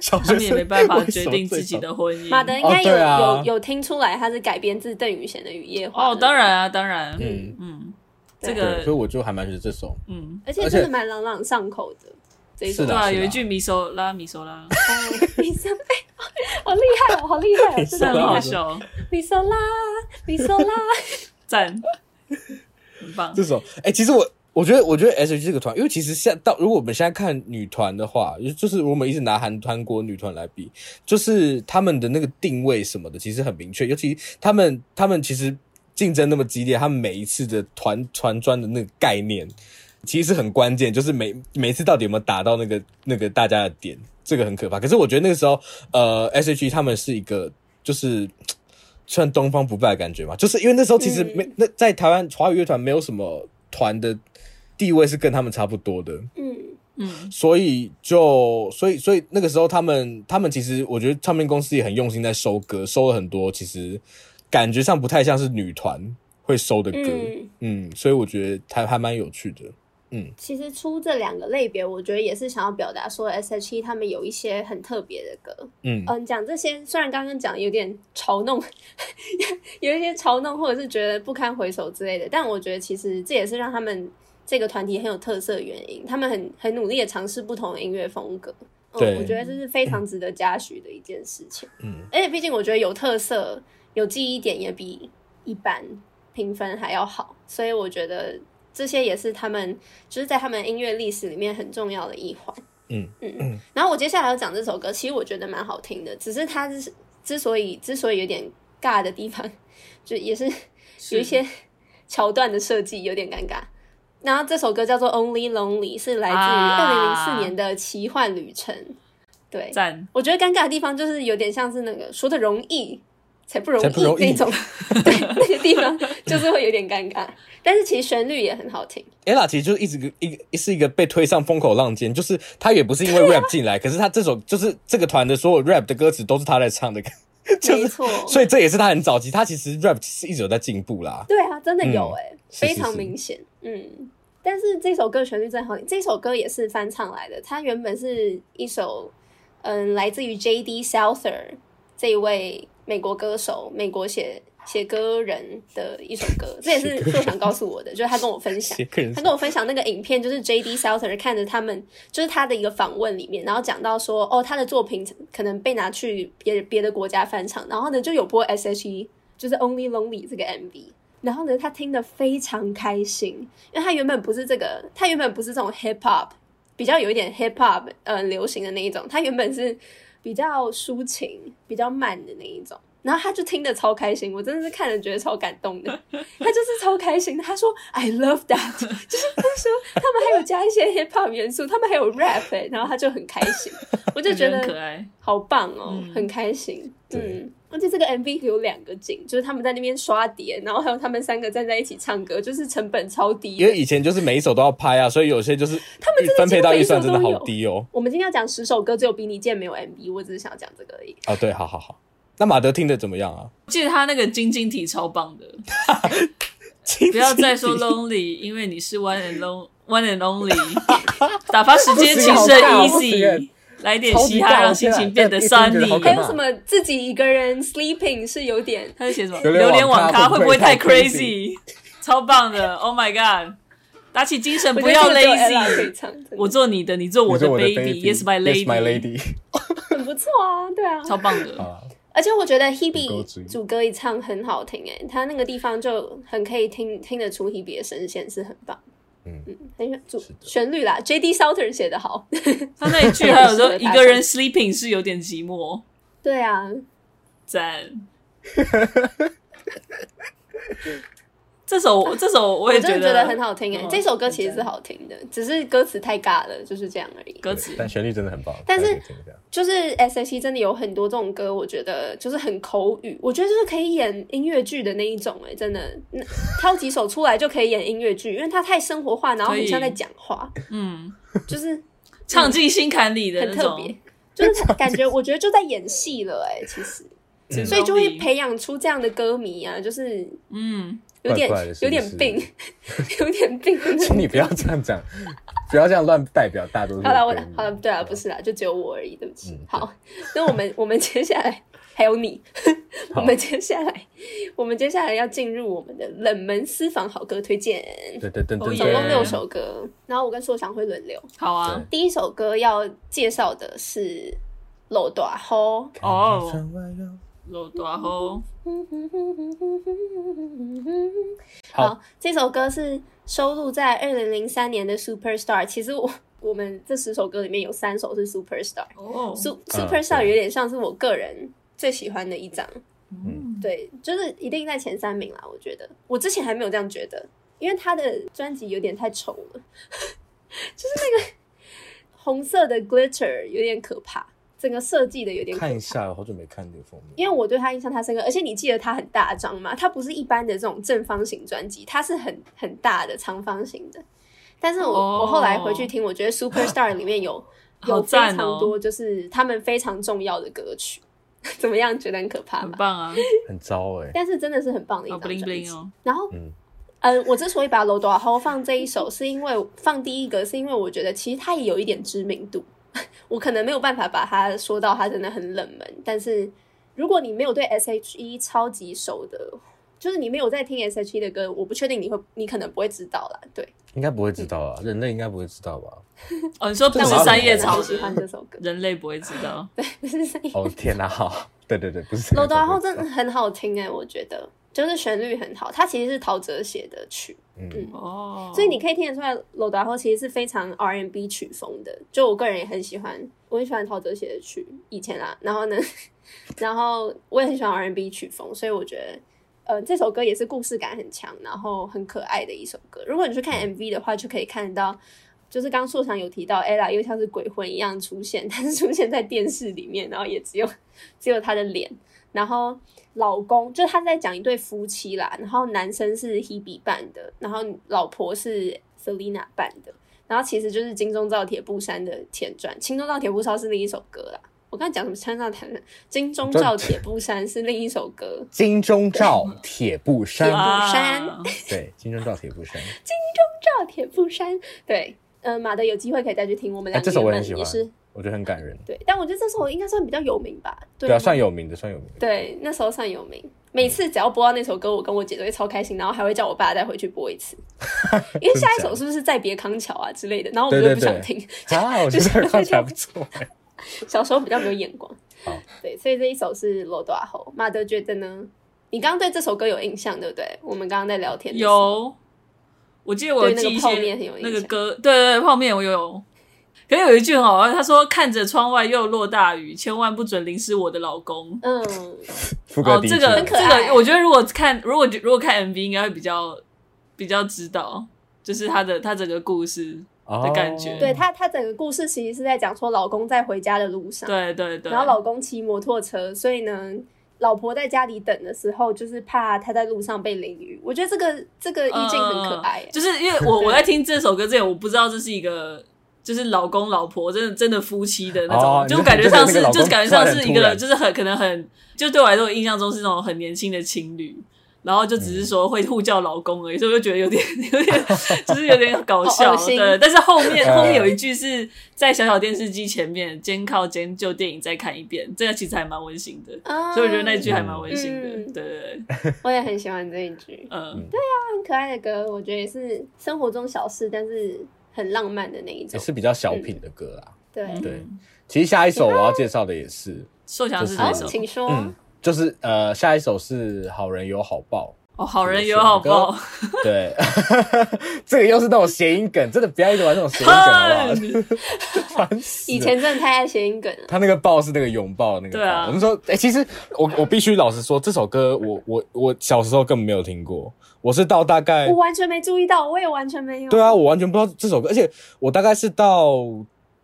Speaker 2: 小
Speaker 3: 他
Speaker 2: 学
Speaker 3: 们也
Speaker 2: 生
Speaker 3: 没办法
Speaker 2: 为什
Speaker 3: 决
Speaker 2: 么
Speaker 3: 定
Speaker 2: 最
Speaker 3: 自己
Speaker 2: 早
Speaker 3: 的婚
Speaker 1: 马
Speaker 3: 姻。
Speaker 1: 德应该有、
Speaker 2: 哦对啊
Speaker 1: 有有听出来，它是改编自邓宇贤的《雨夜花》
Speaker 3: 哦，当，然啊，当然，
Speaker 2: 嗯
Speaker 3: 嗯，
Speaker 1: 对
Speaker 3: 这
Speaker 2: 对，所以
Speaker 3: 个，
Speaker 2: 我就还蛮喜欢这首。
Speaker 3: 嗯，
Speaker 1: 而且真的蛮朗朗上口的。这一首
Speaker 2: 是
Speaker 3: 对
Speaker 2: 的
Speaker 3: 啊，
Speaker 2: 是的
Speaker 3: 有一句米索拉米 索拉，
Speaker 1: 米莎，哎，好厉害哦，好厉 害哦，真
Speaker 3: 这
Speaker 1: 的很
Speaker 2: 对
Speaker 1: 厉
Speaker 2: 啊
Speaker 3: 很好
Speaker 1: 害。
Speaker 3: 笑，
Speaker 1: 米莎拉，米莎拉，
Speaker 3: 赞，很棒
Speaker 2: 这。首，哎、其实我我觉得，我觉得 S H 这个团，因为其实现在到如果我们现在看女团的话，就就是我们一直拿韩韩国女团来比，就是他们的那个定位什么的，其实很明确。尤其他们，他们其实竞争那么激烈，他们每一次的团团专的那个概念，其实很关键，就是每每次到底有没有打到那个那个大家的点，这个很可怕。可是我觉得那个时候，呃，S H E 他们是一个就是。算东方不败的感觉嘛，就是因为那时候其实没、那在台湾华语乐团没有什么团的地位是跟他们差不多的，
Speaker 1: 嗯，
Speaker 3: 嗯，
Speaker 2: 所以就所以所以那个时候他们他们其实我觉得唱片公司也很用心在收歌，收了很多其实感觉上不太像是女团会收的歌，
Speaker 1: 嗯
Speaker 2: 嗯所以我觉得还还蛮有趣的，
Speaker 1: 其实出这两个类别，我觉得也是想要表达说，S.H.E 他们有一些很特别的歌。
Speaker 2: 嗯
Speaker 1: 嗯，讲这些虽然刚刚讲有点嘲弄， 有一些嘲弄或者是觉得不堪回首之类的，但我觉得其实这也是让他们这个团体很有特色的原因，他们很很努力的尝试不同的音乐风格。
Speaker 2: 对
Speaker 1: 嗯，我觉得这是非常值得嘉许的一件事情。
Speaker 2: 嗯，
Speaker 1: 而且毕竟我觉得有特色、有记忆点也比一般评分还要好，所以我觉得这些也是他们就是在他们音乐历史里面很重要的一环。
Speaker 2: 嗯
Speaker 1: 嗯。然后我接下来要讲这首歌，其实我觉得蛮好听的，只是它之之所以之所以有点尬的地方， 就也是有一些 桥段的设计有点尴尬。然后这首歌叫做《Only Lonely》，是来自于
Speaker 3: 啊
Speaker 1: 二零零四年的《奇幻旅程》。对，
Speaker 3: 赞，
Speaker 1: 我觉得尴尬的地方就是有点像是那个说的容易才不容易
Speaker 2: 才不容易
Speaker 1: 那种， 对那个地方就是会有点尴尬。但是其实旋律也很好听，
Speaker 2: ella 其实就是一直一个是一个被推上风口浪尖，就是她也不是因为 rap 进来，可是她这首就是这个团的所有 rap 的歌词都是她在唱的， 就
Speaker 1: 没
Speaker 2: 是
Speaker 1: 错，
Speaker 2: 所以这也是他很早期，他其实 rap 是一直有在进步啦。
Speaker 1: 对啊，真的有
Speaker 2: 嗯
Speaker 1: 哎、
Speaker 2: 是
Speaker 1: 非
Speaker 2: 是
Speaker 1: 常
Speaker 2: 是
Speaker 1: 明显，嗯。但是这首歌旋律真的好听，这首歌也是翻唱来的，它原本是一首嗯来自于 J.D. Souther 这一位美国歌手、美国写写歌人的一首歌，这也是硕想告诉我的，就是他跟我分享
Speaker 2: 写。个人
Speaker 1: 他跟我分享那个影片，就是 J.D. Souther 看着他们，就是他的一个访问里面，然后讲到说，哦，他的作品可能被拿去别别的国家翻唱，然后呢就有播 S.H.E，就是 Only Lonely 这个 MV，然后呢他听得非常开心，因为他原本不是这个，他原本不是这种 Hip Hop，比较有一点 Hip Hop 呃流行的那一种，他原本是比较抒情、比较慢的那一种。然后他就听得超开心，我真的是看了觉得超感 动的。他就是超开心的，他说 I love that，就是他说他们还有加一些 hip hop 元素，他们还有 rap，、欸、然后他就很开 心，我就觉
Speaker 3: 很可
Speaker 1: 得
Speaker 3: 爱，
Speaker 1: 好棒哦，
Speaker 3: 嗯
Speaker 1: 很开心。
Speaker 2: 对
Speaker 1: 嗯，而且这个 MV 有两个景，就是他们在那边刷碟，然后还有他们三个站在一起唱歌，就是成本超低
Speaker 2: 因。为以前就是每一首都要拍啊，所以有些就是他们分配到预算真的好低哦。
Speaker 1: 我们今天要讲十首歌，只有比你见没有 MV，我只是想要讲这个而已。
Speaker 2: 啊，对，好好好。那马德听的怎么样啊？
Speaker 3: 记得他那个晶晶体超棒 的，不要再说 lonely，因为你是 one and lon one and lonely，打 发时间情
Speaker 2: 不
Speaker 3: 深
Speaker 2: 行好尬不行
Speaker 3: easy，来点嘻
Speaker 2: 超级尬
Speaker 3: 哈，让心情变得
Speaker 2: 我现在在听觉得好可
Speaker 1: 还
Speaker 2: 怕
Speaker 1: 有
Speaker 3: sunny。
Speaker 1: 什么自己一个人 sleeping 是有点
Speaker 3: 他是写什么？
Speaker 2: 榴莲网咖
Speaker 3: 榴莲网咖
Speaker 2: 会
Speaker 3: 会
Speaker 2: 不
Speaker 3: 不
Speaker 2: 会
Speaker 3: 会
Speaker 2: 太
Speaker 3: 太 crazy？超棒的，Oh my god！打起精神，不
Speaker 1: 我觉得
Speaker 3: 要
Speaker 1: 这个只有 Ella 可以
Speaker 3: lazy。
Speaker 1: 唱，真的
Speaker 3: 我做你的，你做我的
Speaker 2: 我
Speaker 3: baby，Yes my lady，
Speaker 2: lady
Speaker 1: 很不错啊，对啊，
Speaker 3: 超棒的。
Speaker 2: 啊，
Speaker 1: 而且我觉得
Speaker 2: 很高级
Speaker 1: Hebe 主歌一唱很好听诶、他那个地方就很可以听听得出 Hebe 的声线是很棒。
Speaker 2: 嗯
Speaker 1: 嗯，很有主
Speaker 2: 是的
Speaker 1: 旋律啦，J.D. Souter 写的好。
Speaker 3: 他那一句还有说一个人 sleeping 是有点寂寞，
Speaker 1: 对啊，
Speaker 3: 赞。这首这首我
Speaker 1: 我
Speaker 3: 也
Speaker 1: 真的觉得很好听诶、
Speaker 3: 嗯
Speaker 1: 这首歌其实是好听的，只是歌词太尬了，就是这样而已。
Speaker 3: 歌词，
Speaker 2: 但旋律真的很棒。
Speaker 1: 但是
Speaker 2: 大家可以听一下
Speaker 1: 就是 S.H.E 真的有很多这种歌，我觉得就是很口语，我觉得就是可以演音乐剧的那一种诶、真的，那挑几首出来就可以演音乐剧，因为它太生活化，然后
Speaker 3: 可
Speaker 1: 很
Speaker 3: 以
Speaker 1: 像在讲话，
Speaker 3: 嗯，
Speaker 1: 就是
Speaker 3: 唱进心坎里的
Speaker 1: 很
Speaker 3: 那
Speaker 1: 特
Speaker 3: 种
Speaker 1: 别，，就是他感觉我觉得就在演 戏了哎、其实，
Speaker 3: 嗯
Speaker 1: 所以就会，培养出这样的歌迷啊，就是
Speaker 3: 嗯，
Speaker 1: 有点
Speaker 2: 怪怪的是不是
Speaker 1: 有点病， 有点病。
Speaker 2: 请你不要这样讲，不要这样乱代表大多数
Speaker 1: 好
Speaker 2: 人
Speaker 1: 了，我
Speaker 2: 对你
Speaker 1: 好了，对啊，不是啦，就只有我而已，对不起。
Speaker 2: 嗯
Speaker 1: 好，那我们我们接下来还有你，我们接下来我们接下来要进入我们的冷门私房好歌推荐，
Speaker 2: 对对对对
Speaker 3: 哦
Speaker 2: 对，
Speaker 1: 总共
Speaker 3: 耶
Speaker 1: 六首歌，然后我跟硕翔会轮流。
Speaker 3: 好啊，
Speaker 1: 第一首歌要介绍的是《漏大吼》。
Speaker 2: 看
Speaker 3: 哦
Speaker 2: 见窗外有
Speaker 3: 肉大吼，
Speaker 2: 好
Speaker 1: 好，这首歌是收录在二零零三年的《Superstar》。其实我我们这十首歌里面有三首是《Superstar》。
Speaker 3: 哦，
Speaker 1: Su Superstar 有点像是我个人最喜欢的一张，
Speaker 3: 嗯，
Speaker 1: 对，就是一定在前三名啦。我觉得我之前还没有这样觉得，因为他的专辑有点太丑了， 就是那个红色的 glitter 有点可怕，整个设计的有点可怕
Speaker 2: 看一下，好久没看这个封面，
Speaker 1: 因为我对他印象太深刻，而且你记得他很大张嘛，他不是一般的这种正方形专辑，它是很很大的长方形的。但是我、
Speaker 3: 哦
Speaker 1: 我后来回去听，我觉得 Superstar 里面 有有
Speaker 3: 好
Speaker 1: 非
Speaker 3: 赞哦
Speaker 1: 常多就是他们非常重要的歌曲， 怎么样？觉得很可怕
Speaker 3: 很
Speaker 1: 吧？
Speaker 3: 棒啊，
Speaker 2: 很糟哎。
Speaker 1: 但是真的是很棒的一
Speaker 3: 好
Speaker 1: 张
Speaker 3: bling
Speaker 1: 专辑
Speaker 3: bling。哦，
Speaker 1: 然后，
Speaker 2: 嗯
Speaker 1: 嗯、呃，我之所以把《楼多后放这一首，是因为放第一个，是因为我觉得其实它也有一点知名度。 我可能没有办法把它说到它真的很冷门，但是如果你没有对 S.H.E 超级熟的，就是你没有在听 S.H.E 的歌，我不确定你会，你可能不会知道啦。对，
Speaker 2: 应该不会知道啊，人类应该不会知道吧？
Speaker 3: 哦，你说不
Speaker 1: 但
Speaker 3: 是
Speaker 1: 我
Speaker 3: 三叶草
Speaker 1: 很喜欢这首歌，
Speaker 3: 人类不会知道，
Speaker 1: 不是三叶
Speaker 2: 哦天哪， 好，对对对，不是
Speaker 1: 《
Speaker 3: 啊
Speaker 1: 楼多
Speaker 2: 然
Speaker 1: 后真的很好听哎、我觉得就是旋律很好，它其实是陶喆写的曲。
Speaker 2: 嗯，
Speaker 3: 哦，
Speaker 1: 所以你可以听得出来，娄达后其实是非常 R N B 曲风的。就我个人也很喜欢，我很喜欢陶喆写的曲，以前啦。然后呢， 然后我也很喜欢 R N B 曲风，所以我觉得，呃，这首歌也是故事感很强，然后很可爱的一首歌。如果你去看 M V 的话，就可以看到，就是刚刚硕长有提到，ella 又像是鬼魂一样出现，但是出现在电视里面，然后也只有只有她的脸。然后老公就是他在讲一对夫妻啦，然后男生是 Hebe 扮的，然后老婆是 Selina 扮的，然后其实就是《金钟罩铁布衫》的前传，《金钟罩铁布衫》是另一首歌啦。我刚才讲什么？穿上铁，金钟罩铁布衫是另一首歌。
Speaker 2: 金 钟罩铁布衫，
Speaker 3: 啊
Speaker 1: 山
Speaker 2: 对，金钟罩铁布衫，
Speaker 1: 罩铁布衫，对，呃，马德有机会可以再去听我们
Speaker 2: 哎，
Speaker 1: 两
Speaker 2: 这
Speaker 1: 个
Speaker 2: 首我
Speaker 1: 原
Speaker 2: 很喜
Speaker 1: 本也
Speaker 2: 欢
Speaker 1: 是，
Speaker 2: 我觉得很感人，
Speaker 1: 对，但我觉得这首应该算比较有名吧，对
Speaker 2: 对啊，
Speaker 1: 吗，
Speaker 2: 算有名的，算有名的，
Speaker 1: 对，那时候算有名。每次只要播到那首歌，我跟我姐都会超开心，然后还会叫我爸再回去播一 次，因为下一首是不是《再别康桥》啊之类的，然后我们就
Speaker 2: 对对
Speaker 1: 不想
Speaker 2: 对
Speaker 1: 听。
Speaker 2: 啊，我觉得看起来不错哎。
Speaker 1: 小时候比较没有眼光
Speaker 2: 好，
Speaker 1: 对，所以这一首是《罗多侯》。马德觉得呢？你刚刚对这首歌有印象对不对？我们刚刚在聊天的时候，
Speaker 3: 有，我记得我有
Speaker 1: 对那个
Speaker 3: 记一
Speaker 1: 泡
Speaker 3: 些
Speaker 1: 面很有印
Speaker 3: 那个
Speaker 1: 象
Speaker 3: 歌，对对对，泡面我有。可是有一句很好玩，他说看着窗外又落大雨，千万不准淋湿我的老公。
Speaker 1: 嗯，
Speaker 2: 副歌
Speaker 3: 哦，
Speaker 2: 第一
Speaker 3: 这
Speaker 2: 句，
Speaker 3: 个
Speaker 1: 很可
Speaker 3: 这
Speaker 1: 爱
Speaker 3: 个，我觉得如果看如果如果看 MV 应该会比较比较知道，就是他的他整个故事。
Speaker 2: 的
Speaker 3: 感觉
Speaker 1: 哦对他，他整个故事其实是在讲说老公在回家的路上，
Speaker 3: 对对对，
Speaker 1: 啊然后老公骑摩托车，所以呢，老婆在家里等的时候，就是怕她在路上被淋雨。我觉得这个这个意境很可爱耶、
Speaker 3: 嗯就是因为我我在听这首歌之前，我不知道这是一个。就是老公老婆真的真的夫妻的那种，
Speaker 2: 哦
Speaker 3: 就感觉像是
Speaker 2: 你说
Speaker 3: 就感觉像是一
Speaker 2: 突
Speaker 3: 个
Speaker 2: 然
Speaker 3: 就是很可能很就对我来说，我印象中是那种很年轻的情侣，然后就只
Speaker 2: 嗯
Speaker 3: 是说会互叫老公而已，所以我就觉得有点 有点就是有点搞
Speaker 1: 好
Speaker 3: 笑。
Speaker 1: 恶心
Speaker 3: 对，但是后面
Speaker 2: 嗯
Speaker 3: 后面有一句是在小小电视机前面肩靠肩就电影再看一遍，这个其实还蛮温馨的，
Speaker 1: 啊
Speaker 3: 所以我觉得那句还蛮温馨的。
Speaker 1: 嗯
Speaker 3: 对对对，
Speaker 1: 我也很喜欢这一句，
Speaker 3: 嗯。
Speaker 1: 很可爱的歌，我觉得也是生活中小事，但是很浪漫的那一
Speaker 2: 也
Speaker 1: 种。
Speaker 2: 是比较小品的歌啦。
Speaker 1: 对，
Speaker 2: 嗯对其实下一首我要介绍的也是，
Speaker 3: 受奖嗯是
Speaker 2: 就
Speaker 1: 好
Speaker 3: 哪
Speaker 2: 是
Speaker 3: 一首？
Speaker 1: 请说。
Speaker 2: 嗯，就是呃，下一首是《好人有好报
Speaker 3: 哦，好人有好报，》，
Speaker 2: 对， 这个又是那种谐音梗，真的不要一直玩这种谐音梗好 不好？烦死了
Speaker 1: 以前真的太爱谐音梗了，
Speaker 2: 他那个抱是那个拥抱的那个抱，
Speaker 3: 对啊
Speaker 2: 我们说，哎、其实我我必须老实说，这首歌我我我小时候根本没有听过，我是到大概
Speaker 1: 我完全没注意到，我也完全没有。
Speaker 2: 对啊，我完全不知道这首歌，而且我大概是到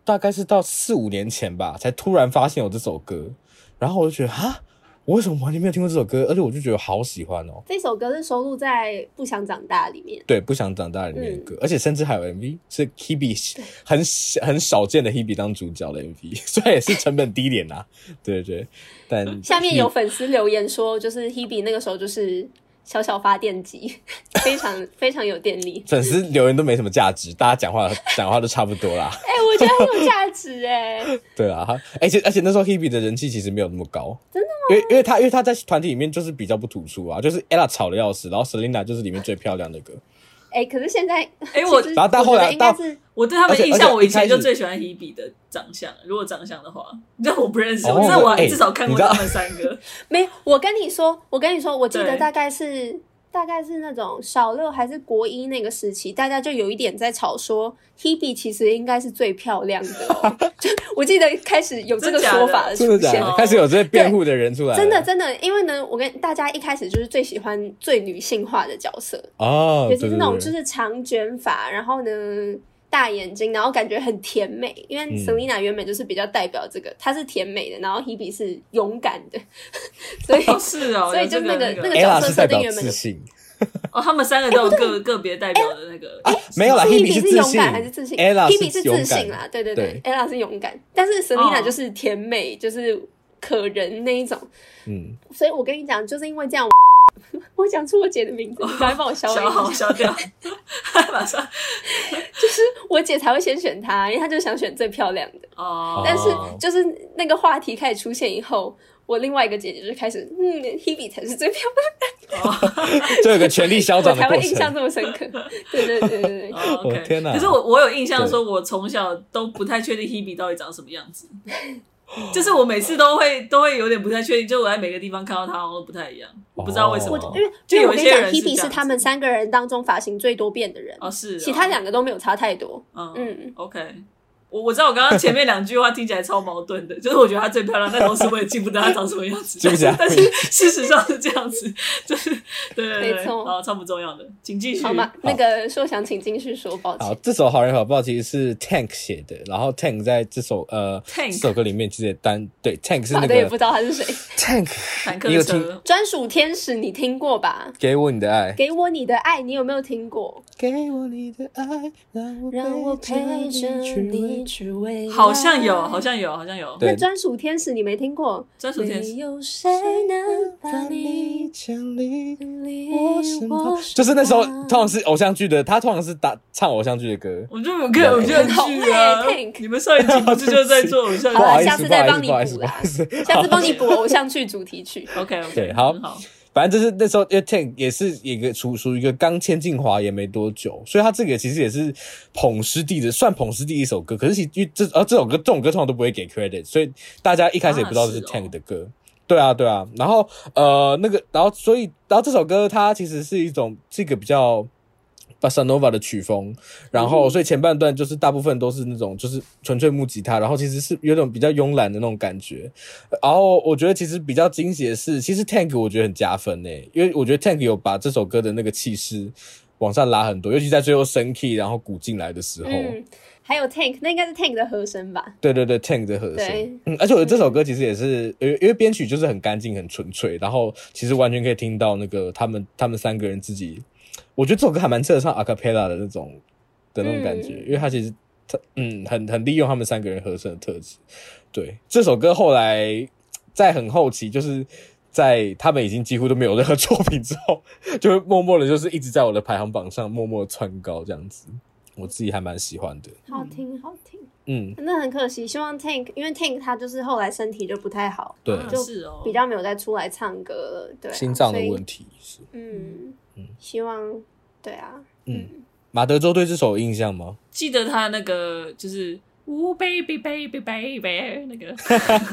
Speaker 2: 大概是到四五年前吧，才突然发现有这首歌，然后我就觉得啊，我为什么完全没有听过这首歌？而且我就觉得好喜欢哦。
Speaker 1: 这首歌是收录在《不想长大》里面。
Speaker 2: 对，不想长大里面的
Speaker 1: 嗯
Speaker 2: 歌，而且甚至还有 MV 是 Hebe 很很少见的 Hebe 当主角的 MV，虽 然也是成本低廉啊，对对对，但
Speaker 1: 下面有粉丝留言说，就是 Hebe 那个时候就是小小发电机， 非常非常有电力。
Speaker 2: 粉丝留言都没什么价值，大家讲话讲话都差不多啦。
Speaker 1: 哎、我觉得很有价值哎、
Speaker 2: 对啊， 他而且而且那时候 Hebe 的人气其实没有那么高，真的吗？因为因为他因为他在团体里面就是比较不突出啊，就是 Ella 吵的要死，然后 Selina 就是里面最漂亮那个，
Speaker 1: 哎、可是现在
Speaker 3: 哎、我
Speaker 1: 其实
Speaker 2: 然后到后
Speaker 1: 我觉得
Speaker 2: 来
Speaker 1: 应该
Speaker 2: 到
Speaker 1: 是
Speaker 3: 我对他们
Speaker 2: 而且
Speaker 3: 印
Speaker 2: 而
Speaker 3: 象，
Speaker 2: 且
Speaker 3: 我以
Speaker 2: 一开
Speaker 3: 前
Speaker 2: 始
Speaker 3: 就最喜欢 Hebe 的长相。如果长相的话，但我不认识，
Speaker 2: 哦
Speaker 3: 我真的我
Speaker 2: 哎
Speaker 3: 至少看
Speaker 2: 你
Speaker 3: 过
Speaker 2: 知道
Speaker 3: 他们三 个。
Speaker 1: 没，我跟你说，我跟你说，我记得
Speaker 3: 对
Speaker 1: 大概是大概是那种小六还是国一那个时期，大家就有一点在吵说，Hebe 其实应该是最漂亮的、 哦，就我记得开始有这个
Speaker 3: 真假的
Speaker 1: 说法的
Speaker 2: 真
Speaker 1: 呃出
Speaker 2: 的假
Speaker 1: 现。
Speaker 2: 的？开始有这些辩护的人出来了，
Speaker 1: 真的真的，因为呢，我跟大家一开始就是最喜欢最女性化的角色，
Speaker 2: 哦，
Speaker 1: 尤其是那种
Speaker 2: 对对对
Speaker 1: 就是长卷发，然后呢大眼睛，然后感觉很甜美。因
Speaker 2: 嗯
Speaker 1: 为 Selina 原本就是比较代表这个，她是甜美的，然后 Hebe 是勇敢的， 所以
Speaker 3: 哦，是哦，
Speaker 1: 所以
Speaker 3: 有这
Speaker 1: 就
Speaker 3: 个
Speaker 1: 那个
Speaker 3: 那
Speaker 1: 那个哎角
Speaker 2: Ella
Speaker 1: 色
Speaker 2: 是
Speaker 1: 设
Speaker 2: 代
Speaker 1: 定
Speaker 2: 表
Speaker 1: 原本
Speaker 2: 自
Speaker 1: 就
Speaker 2: 信
Speaker 3: 哦，他们三个都有个个别代表的那个
Speaker 1: 哎
Speaker 2: 啊，没有啦
Speaker 1: 是
Speaker 2: ，Hebe
Speaker 1: 是
Speaker 2: 自
Speaker 1: 勇
Speaker 2: 信
Speaker 1: 敢还是自信
Speaker 2: Ella
Speaker 1: Hebe 是
Speaker 2: 勇
Speaker 1: 自
Speaker 2: 敢
Speaker 1: 信啦，对对
Speaker 2: 对
Speaker 1: 对，Ella 是勇敢，但是 Selina
Speaker 3: 哦
Speaker 1: 就是甜美，就是可人那一种。
Speaker 2: 嗯，
Speaker 1: 所以我跟你讲，就是因为这样， 我我讲出我姐的名字，你赶快帮我 消
Speaker 3: 消
Speaker 1: 音
Speaker 3: 好
Speaker 1: 一下。
Speaker 3: 消掉， 马上
Speaker 1: 就是我姐才会先选她，因为她就想选最漂亮的。
Speaker 3: 哦，
Speaker 1: 但是就是那个话题开始出现以后，我另外一个姐姐就开始，嗯，Hebe 才是最漂
Speaker 2: 就有个权力消
Speaker 1: 亮，我
Speaker 2: 长的
Speaker 1: 才
Speaker 2: 过
Speaker 1: 会印
Speaker 2: 程
Speaker 1: 象。这么深 刻。对对对对对对，
Speaker 3: 哦 OK
Speaker 2: 天哪
Speaker 3: 可是我我有印象，说我从小都不太确定 Hebe 到底长什么样子，就是我每次都会都会有点不太确定，就我在每个地方看到她好像都不太一样，我不知道为什么
Speaker 2: 哦。
Speaker 1: 因为
Speaker 3: 就
Speaker 1: 因为我
Speaker 3: 有
Speaker 1: 跟
Speaker 3: 一些
Speaker 1: 你讲
Speaker 3: 人是这
Speaker 1: ，Hebe
Speaker 3: 样
Speaker 1: 是他
Speaker 3: 子
Speaker 1: 们三个人当中发型最多变的人，
Speaker 3: 哦是哦，
Speaker 1: 其他两个都没有差太多。
Speaker 3: 嗯
Speaker 1: 嗯，
Speaker 3: OK。我我知道我刚刚前面两句话听起来超矛盾的，就是我觉得她最漂亮，但同时我也记不得她长什么样子。
Speaker 2: 记不起来
Speaker 3: 但是事实上是这样子，就是对对对，
Speaker 1: 没错
Speaker 3: 好，超不重要的，请继续。
Speaker 1: 好吗？那个说想请进去说，抱
Speaker 2: 好
Speaker 1: 歉。，
Speaker 2: 这首《好人好报》其实是 Tank 写的，然后 Tank 在这首呃
Speaker 3: Tank
Speaker 2: 这首歌里面其实也单对 Tank 是
Speaker 1: 反
Speaker 2: 那
Speaker 1: 正也啊不
Speaker 2: 个
Speaker 1: 知道他是谁，
Speaker 2: Tank，
Speaker 3: 坦克
Speaker 2: 你有听
Speaker 3: 车，
Speaker 1: 专属天使你听过吧？
Speaker 2: 给我你的爱，
Speaker 1: 给我你的爱，你有没有听过？
Speaker 2: 给我你的爱，
Speaker 1: 让
Speaker 2: 让
Speaker 1: 我
Speaker 2: 我
Speaker 1: 陪着你。去未来。
Speaker 3: 好像有，好像有，好像有。
Speaker 2: 对
Speaker 1: 那专属天使你没听过？
Speaker 3: 专属天使
Speaker 1: 没有谁能把你
Speaker 2: 降临
Speaker 1: 离
Speaker 2: 我身旁
Speaker 1: 我，
Speaker 2: 就是那时候通常是偶像剧的，他通常是打唱偶像剧的歌。
Speaker 3: 我就有看偶像剧啊
Speaker 1: 很红欸，Tank，
Speaker 3: 你们上一集不是就在做偶像
Speaker 2: 不好
Speaker 1: 好
Speaker 2: 意
Speaker 1: 啦下
Speaker 3: 剧？
Speaker 2: 思，
Speaker 1: 次
Speaker 2: 不
Speaker 1: 再
Speaker 2: 好
Speaker 1: 帮
Speaker 2: 意
Speaker 1: 你补
Speaker 2: 思，不好意思，不
Speaker 1: 啦
Speaker 2: 好意哦思。
Speaker 1: 下次帮你补偶像剧主题 曲。
Speaker 3: OK OK，
Speaker 2: 对 好
Speaker 3: 好，
Speaker 2: 反正就是那时候，因为 Tank 也是一个属属于一个刚签进华研没多久，所以他这个其实也是捧师弟的，算捧师弟一首歌。可是其因为这呃这首歌这种歌通常都不会给 credit，所以大家一开始也不知道这是
Speaker 3: 啊是哦
Speaker 2: Tank 的歌。对啊，对啊。然后呃那个，然后所以然后这首歌它其实是一种这个比较。b o s s a nova 的曲风，然后所以前半段就是大部分都是那种就是纯粹木吉他，然后其实是有种比较慵懒的那种感觉，然后我觉得其实比较惊喜的是，其实 Tank 我觉得很加分呢、因为我觉得 Tank 有把这首歌的那个气势往上拉很多，尤其在最后升 key 然后鼓进来的时候，
Speaker 1: 嗯，还有 Tank，那应该是 Tank 的和声吧？
Speaker 2: 对对对，Tank 的和
Speaker 1: 对
Speaker 2: 声，嗯，而且我觉得这首歌其实也是，因为因为编曲就是很干净、很纯粹，然后其实完全可以听到那个他们他们三个人自己，我觉得这首歌还蛮适合唱 a cappella 的那种的那种感觉，
Speaker 1: 嗯
Speaker 2: 因为它其实它嗯很很利用他们三个人和声的特质。对，这首歌后来在很后期，就是在他们已经几乎都没有任何作品之后， 就会默默的，就是一直在我的排行榜上默默地窜高这样子，我自己还蛮喜欢的，
Speaker 1: 好听，好听。
Speaker 2: 嗯，
Speaker 1: 那很可惜，希望 Tank，因为 Tank 他就是后来身体就不太好，
Speaker 2: 对。
Speaker 3: 啊
Speaker 1: 就是
Speaker 3: 哦，
Speaker 1: 比较没有再出来唱歌了。对啊、
Speaker 2: 心脏的
Speaker 1: 所以
Speaker 2: 问题是。
Speaker 1: 嗯，希望对啊，
Speaker 2: 马德州对这首有印象吗？
Speaker 3: 记得他那个就是。呜 baby baby baby 那个，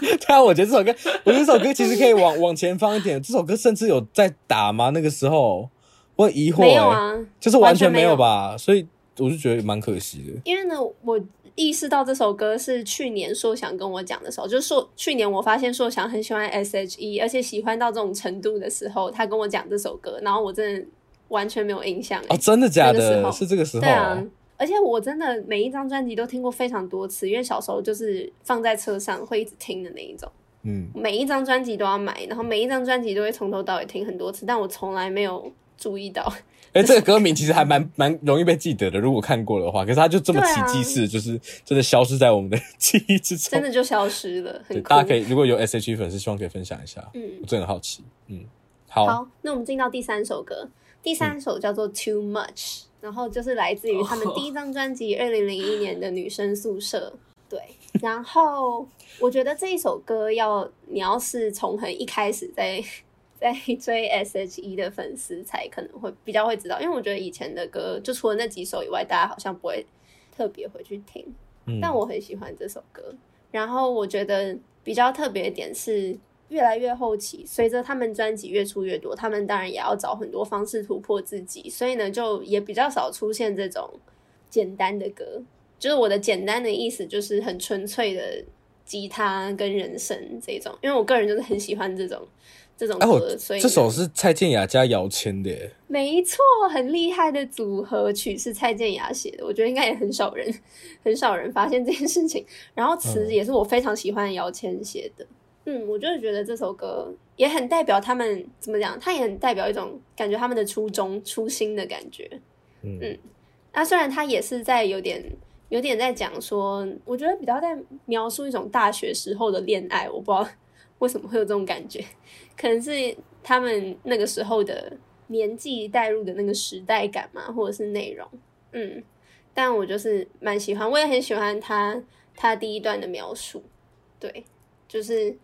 Speaker 2: 对啊，我觉得这首歌，我觉得这首歌其实可以往 往前放一点。这首歌甚至有在打吗？那个时候我很疑惑、欸，
Speaker 1: 没有啊，
Speaker 2: 就是完全
Speaker 1: 完全
Speaker 2: 没
Speaker 1: 没有
Speaker 2: 吧，所以我就觉得蛮可惜的。
Speaker 1: 因为呢，我意识到这首歌是去年硕想跟我讲的时候，就是说去年我发现硕想很喜欢 E，S.H.E，而且喜欢到这种程度的时候，他跟我讲这首歌，然后我真的完全没有印象、欸。
Speaker 2: 哦，真的
Speaker 1: 那
Speaker 2: 假
Speaker 1: 个时
Speaker 2: 的？
Speaker 1: 候
Speaker 2: 是这个时候
Speaker 1: 对啊，而且我真的每一张专辑都听过非常多次，因为小时候就是放在车上会一直听的那一种，
Speaker 2: 嗯，
Speaker 1: 每一张专辑都要买，然后每一张专辑都会从头到尾听很多次，但我从来没有注意到。
Speaker 2: 哎、这个歌名其实还蛮蛮容易被记得的，如果看过的话。可是它就这么
Speaker 1: 对
Speaker 2: 奇
Speaker 1: 啊
Speaker 2: 迹式，就是真的消失在我们的记忆之中
Speaker 1: 真。的就消失了，
Speaker 2: 对，
Speaker 1: 很酷
Speaker 2: 大。家可以如果有 S H E 粉丝，希望可以分享一下。
Speaker 1: 嗯
Speaker 2: 我真的很好奇。嗯，好，
Speaker 1: 好，那我们进到第三首歌，第三首叫做《Too Much》，然后就是来自于他们
Speaker 3: 哦
Speaker 1: 第一张专辑二零零一年的《女生宿舍》。对，然后我觉得这一首歌要你要是从很一开始在在追 S.H.E 的粉丝才可能会比较会知道，因为我觉得以前的歌就除了那几首以外，大家好像不会特别回去听。
Speaker 2: 嗯，
Speaker 1: 但我很喜欢这首歌。然后我觉得比较特别的点是，越来越后期，随着他们专辑越出越多，他们当然也要找很多方式突破自己，所以呢，就也比较少出现这种简单的歌。就是我的简单的意思，就是很纯粹的吉他跟人声这种，因为我个人就是很喜欢这种这种
Speaker 2: 哎我
Speaker 1: 歌，所以
Speaker 2: 这
Speaker 1: 呢
Speaker 2: 首是蔡健雅加姚谦的耶，
Speaker 1: 没错，很厉害的组合曲是蔡健雅写的，我觉得应该也很少人，很少人发现这件事情。然后词
Speaker 2: 嗯
Speaker 1: 也是我非常喜欢姚谦写的，嗯，我就是觉得这首歌也很代表他们怎么讲，它也很代表一种感觉他们的初衷、初心的感觉。
Speaker 2: 嗯
Speaker 1: 嗯那虽然他也是在有点有点在讲说，我觉得比较在描述一种大学时候的恋爱，我不知道 为什么会有这种感觉，可能是他们那个时候的年纪带入的那个时代感嘛，或者是内容，嗯，但我就是蛮喜欢，我也很喜欢他他第一段的描述，对，就是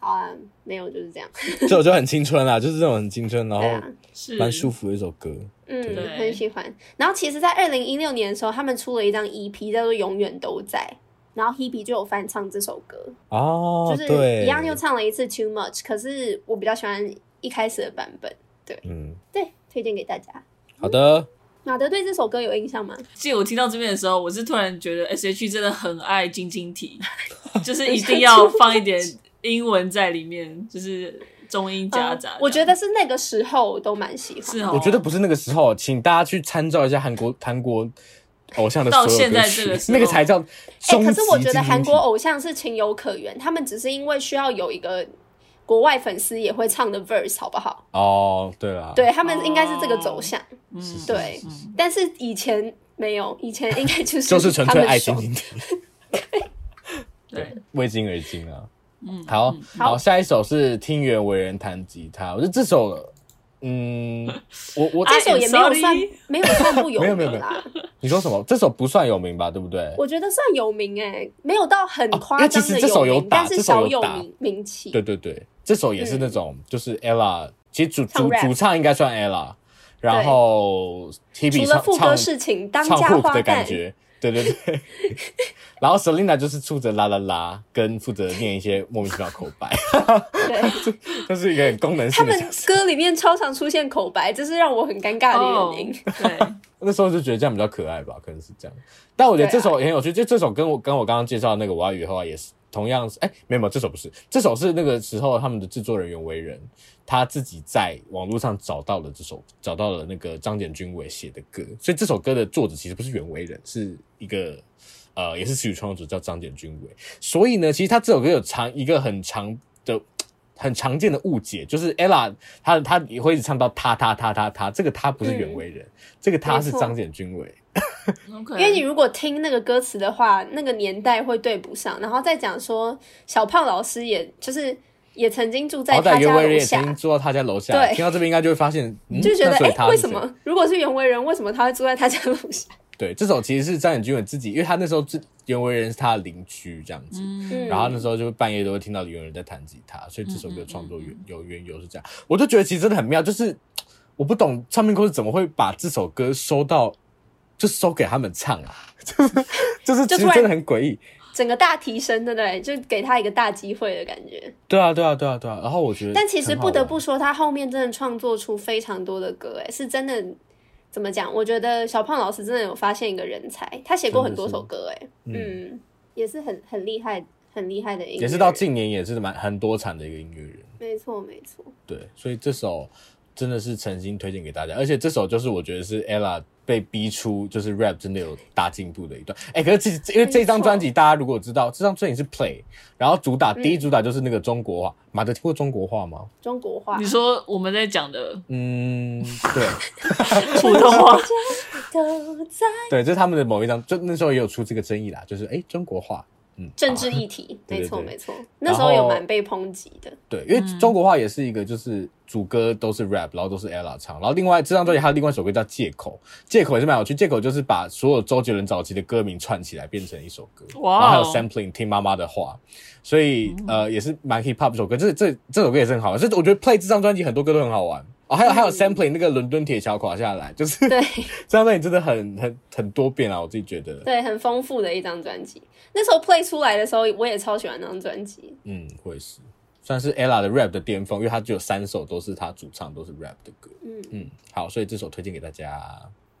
Speaker 1: 好啊，没有就是这样，
Speaker 2: 这首就很青春啦，就是这种很青春，然
Speaker 1: 对啊
Speaker 2: 后。
Speaker 3: 是
Speaker 2: 蛮舒服的一首歌。
Speaker 1: 嗯
Speaker 2: 对，
Speaker 1: 很喜欢。然后其实，在二零一六年的时候，他们出了一张 EP，叫做《永远都在》，然后 Hebe 就有翻唱这首歌，
Speaker 2: 哦，
Speaker 1: 就
Speaker 2: 对，
Speaker 1: 是一样又唱了一次《Too Much》，可是我比较喜欢一开始的版本，
Speaker 2: 嗯，
Speaker 1: 对，推荐给大家。
Speaker 2: 好的，
Speaker 1: 马德对这首歌有印象吗？
Speaker 3: 记得我听到这边的时候，我是突然觉得 S H E 真的很爱晶晶体，就是一定要放一点英文在里面，就是中英夹杂这样、
Speaker 1: 嗯我觉得是那个时候我都蛮喜欢。
Speaker 3: 是哦，
Speaker 2: 我觉得不是那个时候，请大家去参照一下韩国韩国偶像的所有歌曲
Speaker 3: 到现在这个时候
Speaker 2: 那个才叫
Speaker 1: 哎、
Speaker 2: 终极
Speaker 1: 可是我觉
Speaker 2: 精
Speaker 1: 得
Speaker 2: 英
Speaker 1: 韩
Speaker 2: 体
Speaker 1: 国偶像是情有可原，他们只是因为需要有一个国外粉丝也会唱的 verse，好不好？
Speaker 2: 哦，对啦，
Speaker 1: 对他们应该是这个走
Speaker 3: 哦
Speaker 1: 向。
Speaker 3: 嗯，
Speaker 1: 对
Speaker 3: 嗯
Speaker 1: 但是以前没有，以前应该就是
Speaker 2: 就是纯
Speaker 1: 他
Speaker 2: 粹
Speaker 1: 们
Speaker 2: 爱
Speaker 1: 熟
Speaker 2: 情经体，
Speaker 3: 对，
Speaker 2: 为今而今啊。
Speaker 3: 嗯，
Speaker 2: 好
Speaker 3: 嗯
Speaker 1: 好
Speaker 2: 好，下一首是听袁惟仁弹吉他，我觉得这首，嗯，我我
Speaker 1: 这首也没
Speaker 3: I'm
Speaker 1: 有
Speaker 3: sorry
Speaker 1: 算没有算不有
Speaker 2: 没
Speaker 1: 名啦，
Speaker 2: 有没有你说什么？这首不算有名吧，对不对？
Speaker 1: 我觉得算有名哎、没有到很
Speaker 2: 哦
Speaker 1: 夸张
Speaker 2: 因为
Speaker 1: 的
Speaker 2: 其实这首有
Speaker 1: 名，
Speaker 2: 打
Speaker 1: 但是小有
Speaker 2: 这首有
Speaker 1: 名名气。
Speaker 2: 对对对，这首也是那种，就是 Ella，其实主
Speaker 1: 嗯唱
Speaker 2: 主
Speaker 1: rap
Speaker 2: 主唱应该算 Ella，然后 Hebe
Speaker 1: 除了
Speaker 2: 唱
Speaker 1: 副歌
Speaker 2: 唱
Speaker 1: 事情，当
Speaker 2: 唱
Speaker 1: 家
Speaker 2: hook
Speaker 1: 花
Speaker 2: 的感
Speaker 1: 旦，
Speaker 2: 觉，对对对。 然后 Selina 就是负责啦啦啦，跟负责念一些莫名其妙口白，
Speaker 1: 对
Speaker 2: 这是一个很功能
Speaker 1: 他
Speaker 2: 性的
Speaker 1: 们
Speaker 2: 角色。
Speaker 1: 歌里面超常出现口白，这是让我很尴尬的 原因。
Speaker 3: 哦
Speaker 2: 那时候就觉得这样比较可爱吧，可能是这样。但我觉得这首也很有趣，就这首跟我跟我刚刚介绍的那个《我爱雨后》啊，也是同样是哎、没有没有，这首不是，这首是那个时候他们的制作人员为人他自己在网络上找到了这首，找到了那个张简君伟写的歌，所以这首歌的作者其实不是袁惟仁，是一个呃也是词曲创作者叫张简君伟。所以呢，其实他这首歌有长一个很长的。很常见的误解就是 ella，她她也会一直唱到她她她她她，这个她不是袁惟仁，这个她是
Speaker 1: 没错
Speaker 2: 张简君伟。
Speaker 3: 对，OK，
Speaker 1: 因为你如果听那个歌词的话，那个年代会对不上。然后再讲说，小胖老师也就是也曾经住在
Speaker 2: 好
Speaker 1: 他
Speaker 2: 歹袁
Speaker 1: 家
Speaker 2: 惟仁
Speaker 1: 楼
Speaker 2: 也曾经
Speaker 1: 下，
Speaker 2: 住到他家楼下，
Speaker 1: 对
Speaker 2: 听到这边应该就会发现，嗯、
Speaker 1: 就觉得
Speaker 2: 那所以
Speaker 1: 哎、
Speaker 2: 他是
Speaker 1: 为
Speaker 2: 谁
Speaker 1: 什么如果是袁惟仁，为什么他会住在他家楼下？
Speaker 2: 对，这首其实是张远君伟自己，因为他那时候是袁惟仁是他的邻居这样子，
Speaker 3: 嗯
Speaker 1: 嗯
Speaker 2: 然后那时候就半夜都会听到袁惟仁在弹吉他，所以这首歌的创作
Speaker 3: 嗯
Speaker 2: 缘有缘由是这样。我就觉得其实真的很妙，就是我不懂唱片公司怎么会把这首歌收到，就收给他们唱啊， 就是就是
Speaker 1: 就突
Speaker 2: 其实
Speaker 1: 然
Speaker 2: 真的很诡异。
Speaker 1: 整个大提升，对不对？就给他一个大机会的感觉。
Speaker 2: 对啊，对啊，对啊，对啊。然后我觉得很好玩，
Speaker 1: 但其实不得不说，他后面真的创作出非常多的歌，哎，是真的。怎么讲？我觉得小胖老师真的有发现一个人才，他写过很多首歌，哎，
Speaker 2: 嗯
Speaker 1: 嗯，也是很很厉害、很厉害的音乐人。
Speaker 2: 也是到近年也是蛮很多产的一个音乐人。
Speaker 1: 没错，没错，
Speaker 2: 对，所以这首真的是诚心推荐给大家，而且这首就是我觉得是 ella 被逼出就是 rap 真的有大进步的一段。哎、可是这因为这张专辑大家如果知道，这张专辑是 play，然后主打、第一主打就是那个中国话，马德听过中国话吗？
Speaker 1: 中国话
Speaker 3: 你。说我们在讲的
Speaker 2: 嗯，对
Speaker 3: 普 通话，
Speaker 1: 都在
Speaker 2: 啊对，这是他们的某一张，就那时候也有出这个争议啦，就是哎、中国话。嗯，
Speaker 1: 政治议题，
Speaker 2: 对
Speaker 1: 没
Speaker 2: 对
Speaker 1: 错
Speaker 2: 对
Speaker 1: 没错，那时候
Speaker 2: 然
Speaker 1: 有
Speaker 2: 后
Speaker 1: 蛮被抨击的。
Speaker 2: 对，因
Speaker 3: 嗯
Speaker 2: 为中国话也是一个，就是主歌都是 rap，然后都是 ella 唱，然后另外这张专辑还有另外一首歌叫《借口》，《借口》也是蛮有趣，《借口》就是把所有周杰伦早期的歌名串起来变成一首歌，
Speaker 3: 哇哦嗯
Speaker 2: 然后还有 sampling 听妈妈的话，所以、呃也是蛮 hip hop 这首歌，这这这首歌也是很好玩，这我觉得 play 这张专辑很多歌都很好玩。哦，还有还
Speaker 3: 嗯
Speaker 2: 有 sampling 那个伦敦铁桥垮下来，就是
Speaker 1: 对
Speaker 2: 这张专辑真的很很很多变啊，我自己觉得，
Speaker 1: 对，很丰富的一张专辑。那时候 play 出来的时候，我也超喜欢那张专辑。
Speaker 2: 嗯，我也是，算是 ella 的 rap 的巅峰，因为她只有三首都是她主唱，都是 rap 的歌。
Speaker 1: 嗯，
Speaker 2: 嗯，好，所以这首推荐给大家。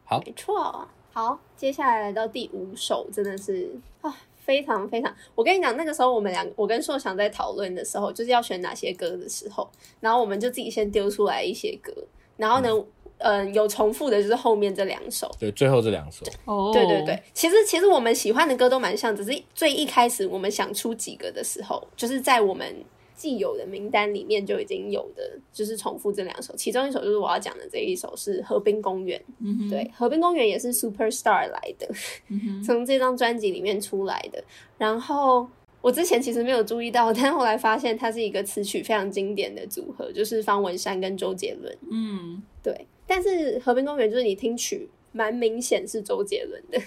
Speaker 2: 好，
Speaker 1: 没错。好，接下来来到第五首，真的是啊，非常非常。我跟你讲，那个时候我们两个，我跟硕翔在讨论的时候，就是要选哪些歌的时候，然后我们就自己先丢出来一些歌，然后呢，嗯、有重复的就是后面这两首。
Speaker 2: 对，最后这两首，
Speaker 3: 哦，
Speaker 1: 对对对，，其实其实我们喜欢的歌都蛮像，只是最一开始我们想出几个的时候，就是在我们既有的名单里面就已经有的，就是重复这两首。其中一首就是我要讲的这一首是《河滨公园》，
Speaker 3: 嗯哼，
Speaker 1: 对，《河滨公园》也是 Superstar 来的，
Speaker 3: 嗯哼，
Speaker 1: 从这张专辑里面出来的。然后我之前其实没有注意到，但后来发现它是一个词曲非常经典的组合，就是方文山跟周杰伦。
Speaker 3: 嗯，
Speaker 1: 对，但是《河滨公园》就是你听曲蛮明显是周杰伦的，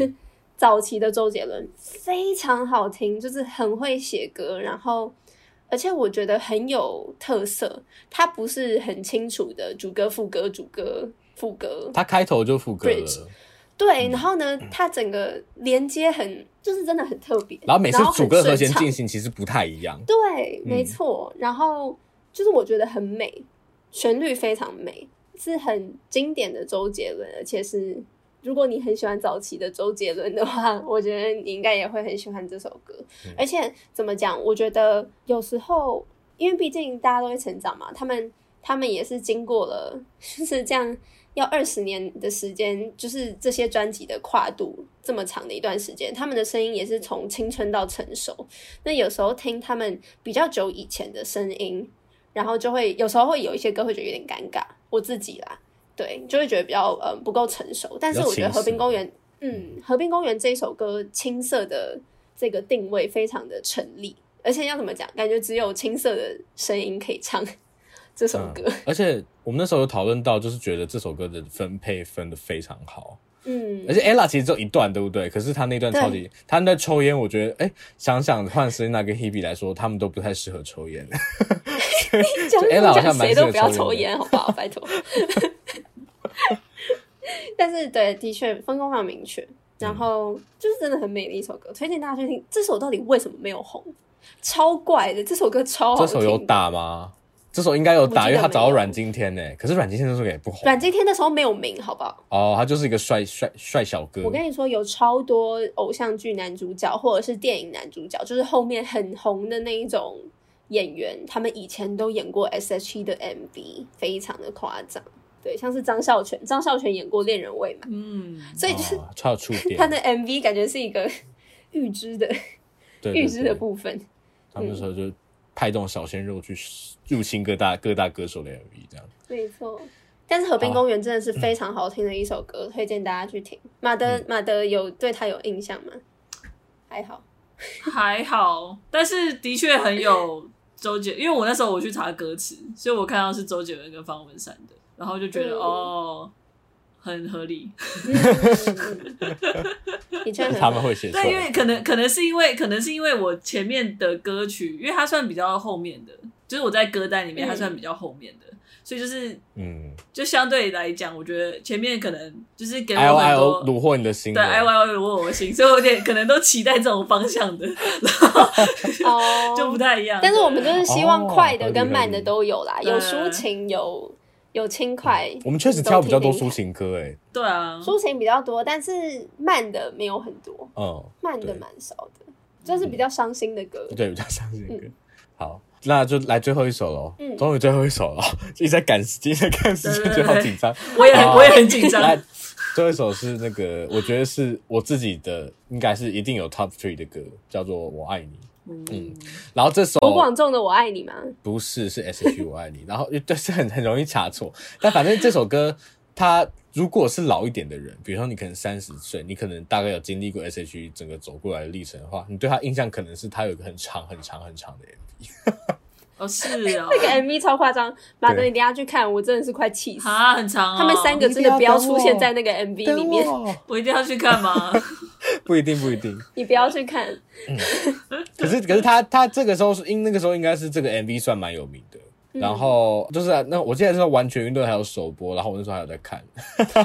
Speaker 2: 嗯
Speaker 1: 早期的周杰伦非常好听，就是很会写歌，然后而且我觉得很有特色。它不是很清楚的主歌、副歌、主歌、副歌，
Speaker 2: 它开头就副歌
Speaker 1: Bridge
Speaker 2: 了，嗯
Speaker 1: 对。然后呢，它整个连接很，就是真的很特别。
Speaker 2: 然后每次
Speaker 1: 很
Speaker 2: 主歌和
Speaker 1: 顺
Speaker 2: 弦
Speaker 1: 畅
Speaker 2: 进行其实不太一样。
Speaker 1: 对，
Speaker 2: 嗯
Speaker 1: 没错。然后就是我觉得很美，旋律非常美，是很经典的周杰伦，而且是如果你很喜欢早期的周杰伦的话，我觉得你应该也会很喜欢这首歌。
Speaker 2: 嗯
Speaker 1: 而且怎么讲，我觉得有时候因为毕竟大家都会成长嘛，他们他们也是经过了 就是这样。要二十年的时间，就是这些专辑的跨度这么长的一段时间，他们的声音也是从青春到成熟，那有时候听他们比较久以前的声音，然后就会有时候会有一些歌会觉得有点尴尬，我自己啦，对，就会觉得比较嗯不够成熟。但是我觉得《
Speaker 2: 比较青涩
Speaker 1: 河滨公园》嗯，《河滨公园》这一首歌青涩的这个定位非常的成立，而且要怎么讲，感觉只有青涩的声音可以 唱这首歌。
Speaker 2: 而且我们那时候有讨论到，就是觉得这首歌的分配分的非常好，
Speaker 1: 嗯，
Speaker 2: 而且 ella 其实只有一段，对不对？可是她那段超级，她那段抽烟，我觉得，哎，想想换 Selina 跟 Hebe 来说，他们都不太适合抽烟。
Speaker 1: 讲
Speaker 2: 就 Ella 好像
Speaker 1: 嗯讲
Speaker 2: 蛮
Speaker 1: 谁
Speaker 2: 适合
Speaker 1: 都不要
Speaker 2: 抽
Speaker 1: 抽
Speaker 2: 烟
Speaker 1: 烟，好不好？ 拜托。但是对，的确分工非常明确，然后就是真的很美的一首歌，推荐大家去听。这首到底为什么没有红？超怪的，这首歌超好
Speaker 2: 这
Speaker 1: 哦听。
Speaker 2: 首有打吗？这首应该有
Speaker 1: 我
Speaker 2: 打，
Speaker 1: 记
Speaker 2: 因
Speaker 1: 得
Speaker 2: 为她找到
Speaker 1: 没有
Speaker 2: 阮经天呢。可是阮经天这首歌也不红
Speaker 1: 阮经天那时候没有名，好不好？
Speaker 2: 哦，他就是一个帅帅帅小哥。
Speaker 1: 我跟你说，有超多偶像剧男主角或者是电影男主角，就是后面很红的那一种演员，他们以前都演过 S.H.E 的 MV，非常的夸张。对，像是张孝全，张孝全演过《恋人未满》。
Speaker 3: 嗯，
Speaker 1: 所以就是
Speaker 2: 哦超有触 点，
Speaker 1: 他的 MV 感觉是一个 预知的
Speaker 2: 对对
Speaker 1: 预知
Speaker 2: 对
Speaker 1: 的部分，
Speaker 2: 他们那时候就派这种小鲜肉去入侵各大各大歌手的 MV 这样。
Speaker 1: 没错。但是《河滨公园》真的
Speaker 2: 嗯
Speaker 1: 是非常好听的一首歌，推荐大家去听。马德、马德有对他有印象吗？还 好，
Speaker 3: 还好，但是的确很有周杰，因为我那时候我去查歌词，所以我看到是周杰伦跟方文山的，然后就觉得、
Speaker 1: 嗯
Speaker 3: 哦，很合理。
Speaker 1: 嗯你居然很
Speaker 2: 他们会写错
Speaker 3: 对，，因为可能可能是因为可能是因为我前面的歌曲，因为它算比较后面的，就是我在歌单里面
Speaker 1: 嗯
Speaker 3: 它算比较后面的，所以就是
Speaker 2: 嗯
Speaker 3: 就相对来讲，我觉得前面可能就是给我
Speaker 2: ，I O I
Speaker 3: 很
Speaker 2: O
Speaker 3: 多。
Speaker 2: 虏获你的心
Speaker 3: 对
Speaker 2: 了。
Speaker 3: ，I Y O 我我心，所以我有点可能都期待这种方向的，
Speaker 1: 哦，
Speaker 3: 就不太一样。
Speaker 1: 但是我们就是希望快
Speaker 2: 哦
Speaker 1: 的跟慢的都有啦，
Speaker 3: 合理
Speaker 1: 有
Speaker 3: 合理
Speaker 1: 抒情，有有轻快。
Speaker 2: 嗯我们确实挑比较多
Speaker 1: 都听
Speaker 2: 抒
Speaker 1: 听
Speaker 2: 情歌哎诶，
Speaker 3: 对啊，
Speaker 1: 看，抒情比较多，但是慢的没有很多，
Speaker 2: 嗯，
Speaker 1: 慢的
Speaker 2: 对嗯
Speaker 1: 蛮少的，就是比较伤心的歌。
Speaker 2: 对，比较伤心歌
Speaker 1: 嗯。
Speaker 2: 好，那就来最后一首喽，
Speaker 1: 嗯
Speaker 2: 终于最后一首了， 一直在赶时间，一直在赶时间，
Speaker 3: 对
Speaker 2: 就
Speaker 3: 对对
Speaker 2: 好紧张。
Speaker 3: 我也很
Speaker 2: 好
Speaker 3: 我也很紧 张。
Speaker 2: 来，最后一首是那个，我觉得是我自己的，应该是一定有 top three 的歌，叫做《我爱你》。
Speaker 3: 嗯，
Speaker 2: 然后这首
Speaker 1: 吴广仲的《我爱你》吗？
Speaker 2: 不 是，是 S H 我爱你。然后对，是很很容易查错。但反正这首歌它如果是老一点的人，比如说你可能三十岁，你可能大概有经历过 SHE 整个走过来的历程的话，你对他印象可能是他有一个很长、很长、很长的 MV。
Speaker 3: 哦，是哦，
Speaker 1: 那个 MV 超夸张，马德
Speaker 2: 对
Speaker 1: 你等一下去看，我真的是快气死。
Speaker 3: 啊，很长哦。
Speaker 1: 他们三个真的不要出现在那个 MV 里面，
Speaker 2: 等我
Speaker 3: 我一定要去看吗？
Speaker 2: 不一定，不一定。
Speaker 1: 你不要去看。
Speaker 2: 可是，可是他他这个时候是因那个时候应该是这个 MV 算蛮有名的。
Speaker 1: 嗯
Speaker 2: 然后就是、啊、那我记得是完全运动还有首播，然后我那时候还有在看，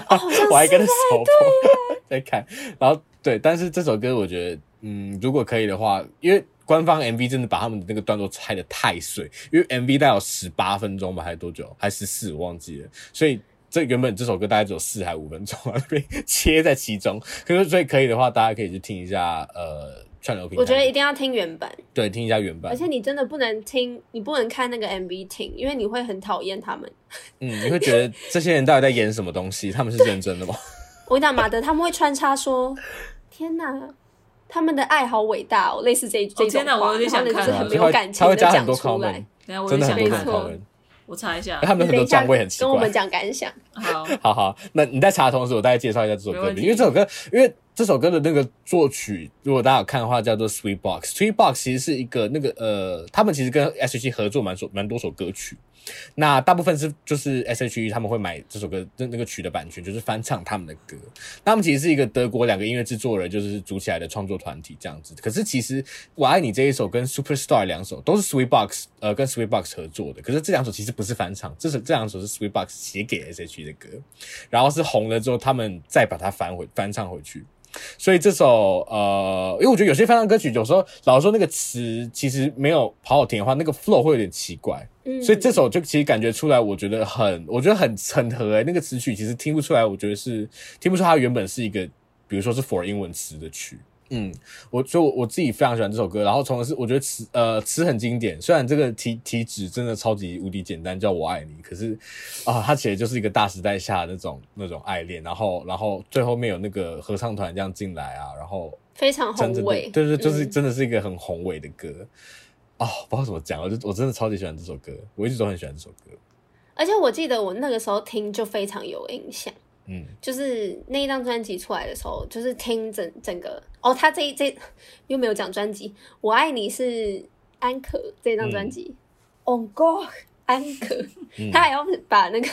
Speaker 1: 哦
Speaker 2: 我还跟着首播 在看。然后对，但是这首歌我觉得，嗯，如果可以的话，因为官方 MV 真的把他们的那个段落拆的太碎，因为 MV 大概有十八分钟吧，还是多久？还十四，我忘记了。所以这原本这首歌大概只有四还五分钟 啊，被切在其中。可是所以可以的话，大家可以去听一下，呃。串流平台，
Speaker 1: 我觉得一定要听原版，
Speaker 2: 对，听一下原版
Speaker 1: 而。且你真的不能听，你不能看那个 MV 听，因为你会很讨厌他们。
Speaker 2: 嗯，你会觉得这些人到底在演什么东西？他们是认真 的吗？
Speaker 1: 我跟你讲，马德他们会穿插说：“天哪，他们的爱好伟大哦！”类似这这种话，
Speaker 3: 天哪我有点想看
Speaker 1: 然后
Speaker 3: 啊
Speaker 1: 呢就是很没有感
Speaker 2: 他
Speaker 1: 情
Speaker 2: 会
Speaker 1: 的
Speaker 2: 加很
Speaker 1: 讲
Speaker 2: 多
Speaker 1: 出来
Speaker 2: comment，。
Speaker 3: 等一下我
Speaker 2: 真
Speaker 3: 就
Speaker 2: 的很
Speaker 3: 想
Speaker 2: 多
Speaker 1: 没
Speaker 3: 看
Speaker 1: 错，
Speaker 2: comment，
Speaker 3: 我查一下。
Speaker 2: 他们
Speaker 1: 你
Speaker 2: 很
Speaker 1: 等
Speaker 2: 多
Speaker 1: 一下
Speaker 2: 站位很奇
Speaker 1: 跟我们
Speaker 2: 怪。
Speaker 1: 讲感想。
Speaker 3: 好，
Speaker 2: 好好，那你在查的同时，我大概介绍一下这首
Speaker 3: 没
Speaker 2: 歌
Speaker 3: 问
Speaker 2: 名，
Speaker 3: 题
Speaker 2: 因为这首歌，因为这首歌的那个作曲，如果大家有看的话，叫做 Sweet Box。Sweet Box 其实是一个那个呃，他们其实跟 S.H.E 合作蛮首蛮多首歌曲，那大部分是就是 S.H.E 他们会买这首歌那那个曲的版权，就是翻唱他们的歌。那他们其实是一个德国两个音乐制作人就是组起来的创作团体这样子。可是其实《我爱你》这一首跟《Superstar》两首都是 Sweetbox 呃跟 Sweetbox 合作的，可是这两首其实不是翻唱，这首这两首是 Sweetbox 写给 S.H.E 的歌，然后是红了之后他们再把它翻回翻唱回去。所以这首呃，因为我觉得有些翻唱歌曲有时候老实说那个词其实没有好好听的话，那个 flow 会有点奇怪。
Speaker 1: 嗯，
Speaker 2: 所以这首就其实感觉出来，我觉得很，我觉得很很合、欸、那个词曲，其实听不出来，我觉得是听不出它原本是一个，比如说是 for 英文词的曲。嗯，我所以我我自己非常喜欢这首歌，然后从而是我觉得词呃词很经典，虽然这个题题旨真的超级无敌简单，叫我爱你，可是啊，它其实就是一个大时代下的那种那种爱恋，然后然后最后面有那个合唱团这样进来啊，然后
Speaker 1: 非常宏
Speaker 2: 真的
Speaker 1: 伟，
Speaker 2: 对对，就是
Speaker 1: 嗯
Speaker 2: 真的是一个很宏伟的歌哦，不知道怎么讲，我就我真的超级喜欢这首歌，我一直都很喜欢这首歌。
Speaker 1: 而且我记得我那个时候听就非常有印象，
Speaker 2: 嗯，
Speaker 1: 就是那一张专辑出来的时候，就是听整整个哦，他这一这又没有讲专辑，《我爱你》是安可这张专辑、o n God，安可，
Speaker 2: 嗯
Speaker 1: 他还要把那个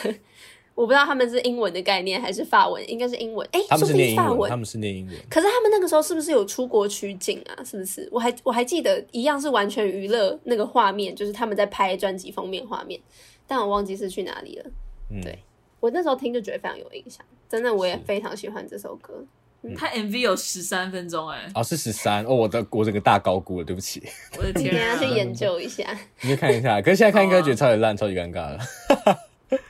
Speaker 1: 我不知道他们是英文的概念还是法文，应该是英文，哎、
Speaker 2: 他
Speaker 1: 说
Speaker 2: 们
Speaker 1: 不
Speaker 2: 是念
Speaker 1: 定
Speaker 2: 英
Speaker 1: 法
Speaker 2: 文，
Speaker 1: 文
Speaker 2: 他。们是念英文。
Speaker 1: 可是他们那个时候是不是有出国取景啊？是不是？我还我还记得一样是完全娱乐那个画面，就是他们在拍专辑封面画面，但我忘记是去哪里了。
Speaker 2: 嗯，
Speaker 1: 对我那时候听就觉得非常有印象，真的我也
Speaker 2: 是
Speaker 1: 非常喜欢这首歌。
Speaker 3: 他 MV 有十三分钟，哎，
Speaker 2: 哦，是十三哦，我的我整个大高估了，对不起，
Speaker 3: 我的
Speaker 1: 你等一
Speaker 3: 天
Speaker 1: 下
Speaker 3: 啊！
Speaker 1: 去研究一下，
Speaker 2: 你就看一下。可是现在看应
Speaker 1: 啊
Speaker 2: 该觉得超级烂，超级尴尬了。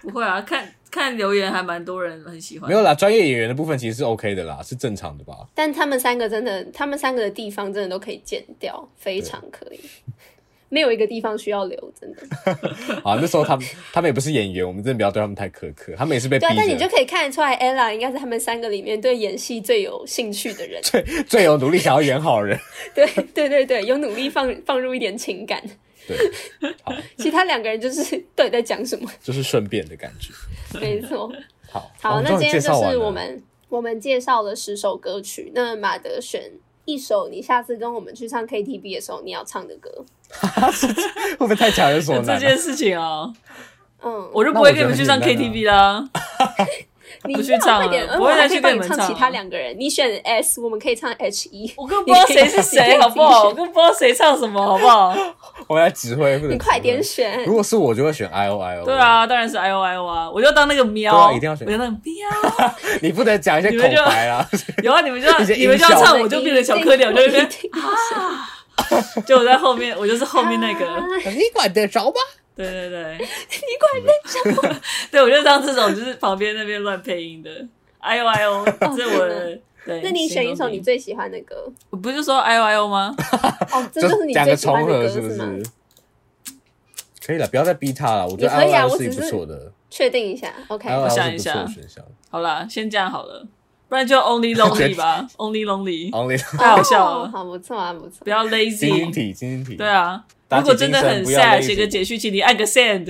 Speaker 3: 不会啊，看看留言还蛮多人很喜欢。
Speaker 2: 没有啦，专业演员的部分其实是 OK 的啦，是正常的吧？
Speaker 1: 但他们三个真的，他们三个的地方真的都可以剪掉，非常可以，没有一个地方需要留， 真的。
Speaker 2: 啊，那时候他 们他们也不是演员，我们真的不要对他们太苛刻，他们也是被逼
Speaker 1: 对啊，但你就
Speaker 2: 着
Speaker 1: 可以看得出来，ella 应该是他们三个里面对演戏最有兴趣的 人。
Speaker 2: 最有努力想要演好人。
Speaker 1: 对对对对，有努力放放入一点情感。
Speaker 2: 对，好，
Speaker 1: 其他两个人就是 到底在讲什么？
Speaker 2: 就是顺便的感觉。
Speaker 1: 没错。
Speaker 2: 好，
Speaker 1: 好，
Speaker 2: 哦
Speaker 1: 那
Speaker 2: 终于
Speaker 1: 今
Speaker 2: 介
Speaker 1: 天就
Speaker 2: 绍完
Speaker 1: 是
Speaker 2: 了
Speaker 1: 我们我们介绍了十首歌曲。那马德选一首，你下次跟我们去唱 KTV 的时候你要唱的歌。
Speaker 2: 会不会太强人所难
Speaker 3: 这
Speaker 2: 啊？
Speaker 3: 件事情啊，
Speaker 1: 嗯，
Speaker 3: 我就不会跟你们去上
Speaker 2: 那我觉得很啊
Speaker 3: KTV 啦。
Speaker 1: 你
Speaker 3: 不去
Speaker 1: 要
Speaker 3: 唱
Speaker 1: 快
Speaker 3: 了
Speaker 1: 点，嗯
Speaker 3: 不
Speaker 1: 我
Speaker 3: 会
Speaker 1: 还
Speaker 3: 再
Speaker 1: 可以
Speaker 3: 去
Speaker 1: 帮
Speaker 3: 跟
Speaker 1: 你
Speaker 3: 你们
Speaker 1: 唱其
Speaker 3: 唱
Speaker 1: 他
Speaker 3: 了
Speaker 1: 两个人。你选 S，我们可以唱 H E 一。
Speaker 3: 我根本不知道谁是谁，好不 好？我根本不知道谁唱什么，好不好？
Speaker 2: 我来指挥，不 能
Speaker 1: 你快
Speaker 2: 指挥
Speaker 1: 点选
Speaker 2: 如。果是我，就会选 I O I O。
Speaker 3: 对，啊，当然是 I O I O 啊！我就当那个喵，
Speaker 2: 对啊一定要选
Speaker 3: 我就当那个喵。
Speaker 2: 你不能讲一些
Speaker 3: 你
Speaker 2: 口
Speaker 3: 们就
Speaker 2: 白 啦。
Speaker 3: 有啊，你们就要
Speaker 2: 一些
Speaker 3: 你们就
Speaker 2: 音
Speaker 3: 要
Speaker 2: 效
Speaker 3: 唱，我就变成小颗粒，我就
Speaker 1: 一
Speaker 3: 在那
Speaker 1: 定
Speaker 3: 边
Speaker 1: 一定选
Speaker 3: 就我在后面，我就是后面那个。
Speaker 2: 你管得着吗？
Speaker 3: 对对啊对，你管得着？ 对，我就当这种就是旁边那边乱配音的。哎呦哎呦，这是我的。对，
Speaker 1: 那你选一首你
Speaker 3: 心中的
Speaker 1: 最喜欢的歌。
Speaker 3: 我不是说哎呦哎呦吗？
Speaker 1: 哦，这就是你
Speaker 2: 讲个
Speaker 1: 最喜欢
Speaker 2: 重
Speaker 1: 的歌
Speaker 2: 合是不
Speaker 1: 吗？
Speaker 2: 是？可以了，不要再逼他了。我觉
Speaker 1: 你
Speaker 2: 得
Speaker 1: 可
Speaker 2: I
Speaker 1: 以
Speaker 2: O
Speaker 1: 啊
Speaker 2: I O
Speaker 1: 我
Speaker 2: 是一
Speaker 1: 只
Speaker 2: 个不
Speaker 1: 是哎
Speaker 2: 错的
Speaker 1: 确定一下，OK。
Speaker 2: ，I O I O
Speaker 3: 我
Speaker 2: 是
Speaker 3: 想
Speaker 2: 不
Speaker 3: 一
Speaker 2: 错的
Speaker 3: 下
Speaker 2: 选项。
Speaker 3: 好啦，先这样好了，不然就 Only Lonely 吧，Only Lonely，
Speaker 2: Only
Speaker 3: 太好笑
Speaker 1: 哦
Speaker 3: 了，
Speaker 1: 好不错啊，不错
Speaker 3: 不。要
Speaker 2: 精英
Speaker 3: lazy。
Speaker 2: 体，精英体。
Speaker 3: 对，啊，
Speaker 2: 打
Speaker 3: 如
Speaker 2: 起
Speaker 3: 果真的
Speaker 2: 精神
Speaker 3: 很
Speaker 2: 不要
Speaker 3: sad，
Speaker 2: lazy
Speaker 3: 写个简讯，请你按个 send。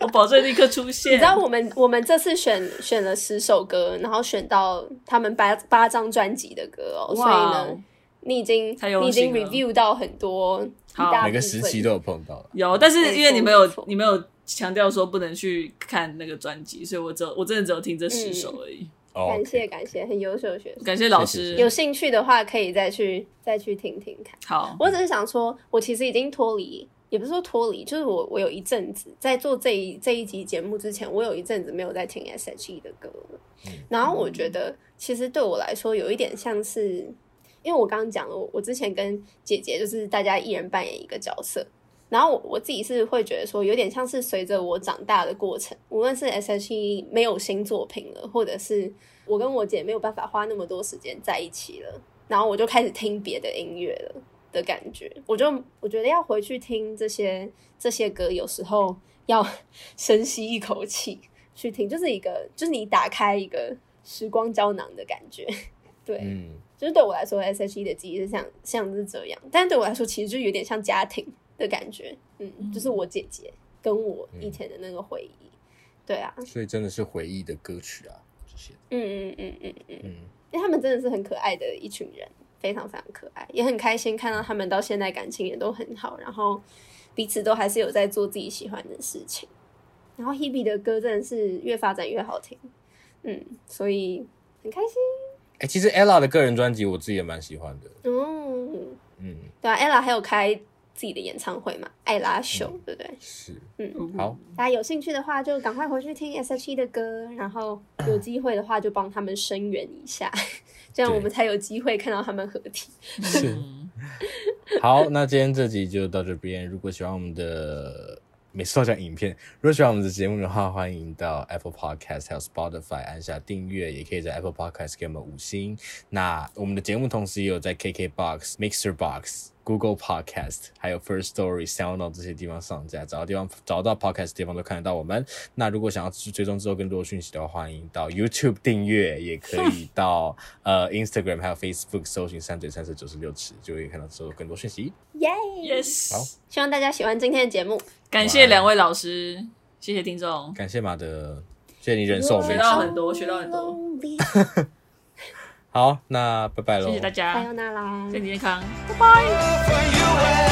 Speaker 3: 我保证立刻出现。
Speaker 1: 你知道我们我们这次选选了十首歌，然后选到他们八八张专辑的歌哦，所以
Speaker 3: 哇
Speaker 1: 呢，你已经
Speaker 3: 太用
Speaker 1: 你已经
Speaker 3: 心了
Speaker 1: review 到很多一
Speaker 3: 好
Speaker 1: 大
Speaker 2: 每个
Speaker 1: 部
Speaker 2: 时
Speaker 1: 分
Speaker 2: 期都有碰到。
Speaker 3: 有，但是因为你没有
Speaker 1: 没错
Speaker 3: 你没有强调说不能去看那个专辑，所以我只有我真的只有听这十首而已。
Speaker 2: 哦
Speaker 1: 感，谢感谢，很优秀的学生。
Speaker 3: 感谢老
Speaker 2: 谢谢
Speaker 3: 师。
Speaker 1: 有兴趣的话，可以再去再去听听看。
Speaker 3: 好，
Speaker 1: 我只是想说，我其实已经脱离，也不是说脱离，就是我我有一阵子在做这一这一集节目之前，我有一阵子没有在听 S.H.E 的歌了。然后我觉得，其实对我来说有一点像是，因为我刚刚讲了，我我之前跟姐姐就是大家一人扮演一个角色。然后我我自己是会觉得说，有点像是随着我长大的过程，无论是 S.H.E 没有新作品了，或者是我跟我姐没有办法花那么多时间在一起了，然后我就开始听别的音乐了。的感觉。我就我觉得要回去听这些这些歌，有时候要 深吸一口气去听，就是一个就是你打开一个时光胶囊的感觉。对，
Speaker 2: 嗯，
Speaker 1: 就是对我来说，S.H.E 的记忆是像像是这样，但对我来说，其实就有点像家庭的感觉。嗯，就是我姐姐跟我以前的那个回忆。对啊，
Speaker 2: 所以真的是回忆的歌曲啊，这些。
Speaker 1: 嗯嗯嗯嗯嗯，
Speaker 2: 嗯，
Speaker 1: 因为他们真的是很可爱的一群人，非常非常可爱，也很开心看到他们到现在感情也都很好，然后彼此都还是有在做自己喜欢的事情。然后 Hebe 的歌真的是越发展越好听，嗯，所以很开心。
Speaker 2: 哎、其实 ella 的个人专辑我自己也蛮喜欢的。
Speaker 1: 嗯，
Speaker 2: 嗯，
Speaker 1: 对啊，ella 还有开自己的演唱会嘛，艾拉秀，对不对？
Speaker 2: 是。
Speaker 1: 嗯
Speaker 2: 好，
Speaker 1: 大家有兴趣的话，就赶快回去听 S.H.E 的歌，然后有机会的话就帮他们声援一下， 这样我们才有机会看到他们合体。
Speaker 2: 是。 好，那今天这集就到这边。如果喜欢我们的，每次都讲影片，如果喜欢我们的节目的话，欢迎到 Apple Podcast 还有 Spotify 按下订阅，也可以在 Apple Podcast 给我们五星。那我们的节目同时也有在 KKBox、Mixer Box。Google Podcast，还有 First Story、SoundOn 这些地方上架，找到地方找到 Podcast 的地方都看得到我们。那如果想要追踪之后更多的讯息的话，欢迎到 YouTube 订阅，也可以 到呃 Instagram 还有 Facebook 搜寻三嘴三舌九十六尺，就可以看到之后更多讯息。
Speaker 1: 耶、
Speaker 2: 好
Speaker 3: Yes，
Speaker 1: 希望大家喜欢今天的节目，
Speaker 3: 感谢两位老师，谢谢听众，
Speaker 2: 感谢马德，谢谢你忍受我们
Speaker 3: 学
Speaker 2: 一
Speaker 3: 到
Speaker 2: 起。
Speaker 3: 很多学到很多。
Speaker 2: 好，那拜拜喽，
Speaker 3: 谢谢大
Speaker 1: 拜
Speaker 3: 家
Speaker 1: 拜，啦！
Speaker 3: 身体健康。
Speaker 4: for you and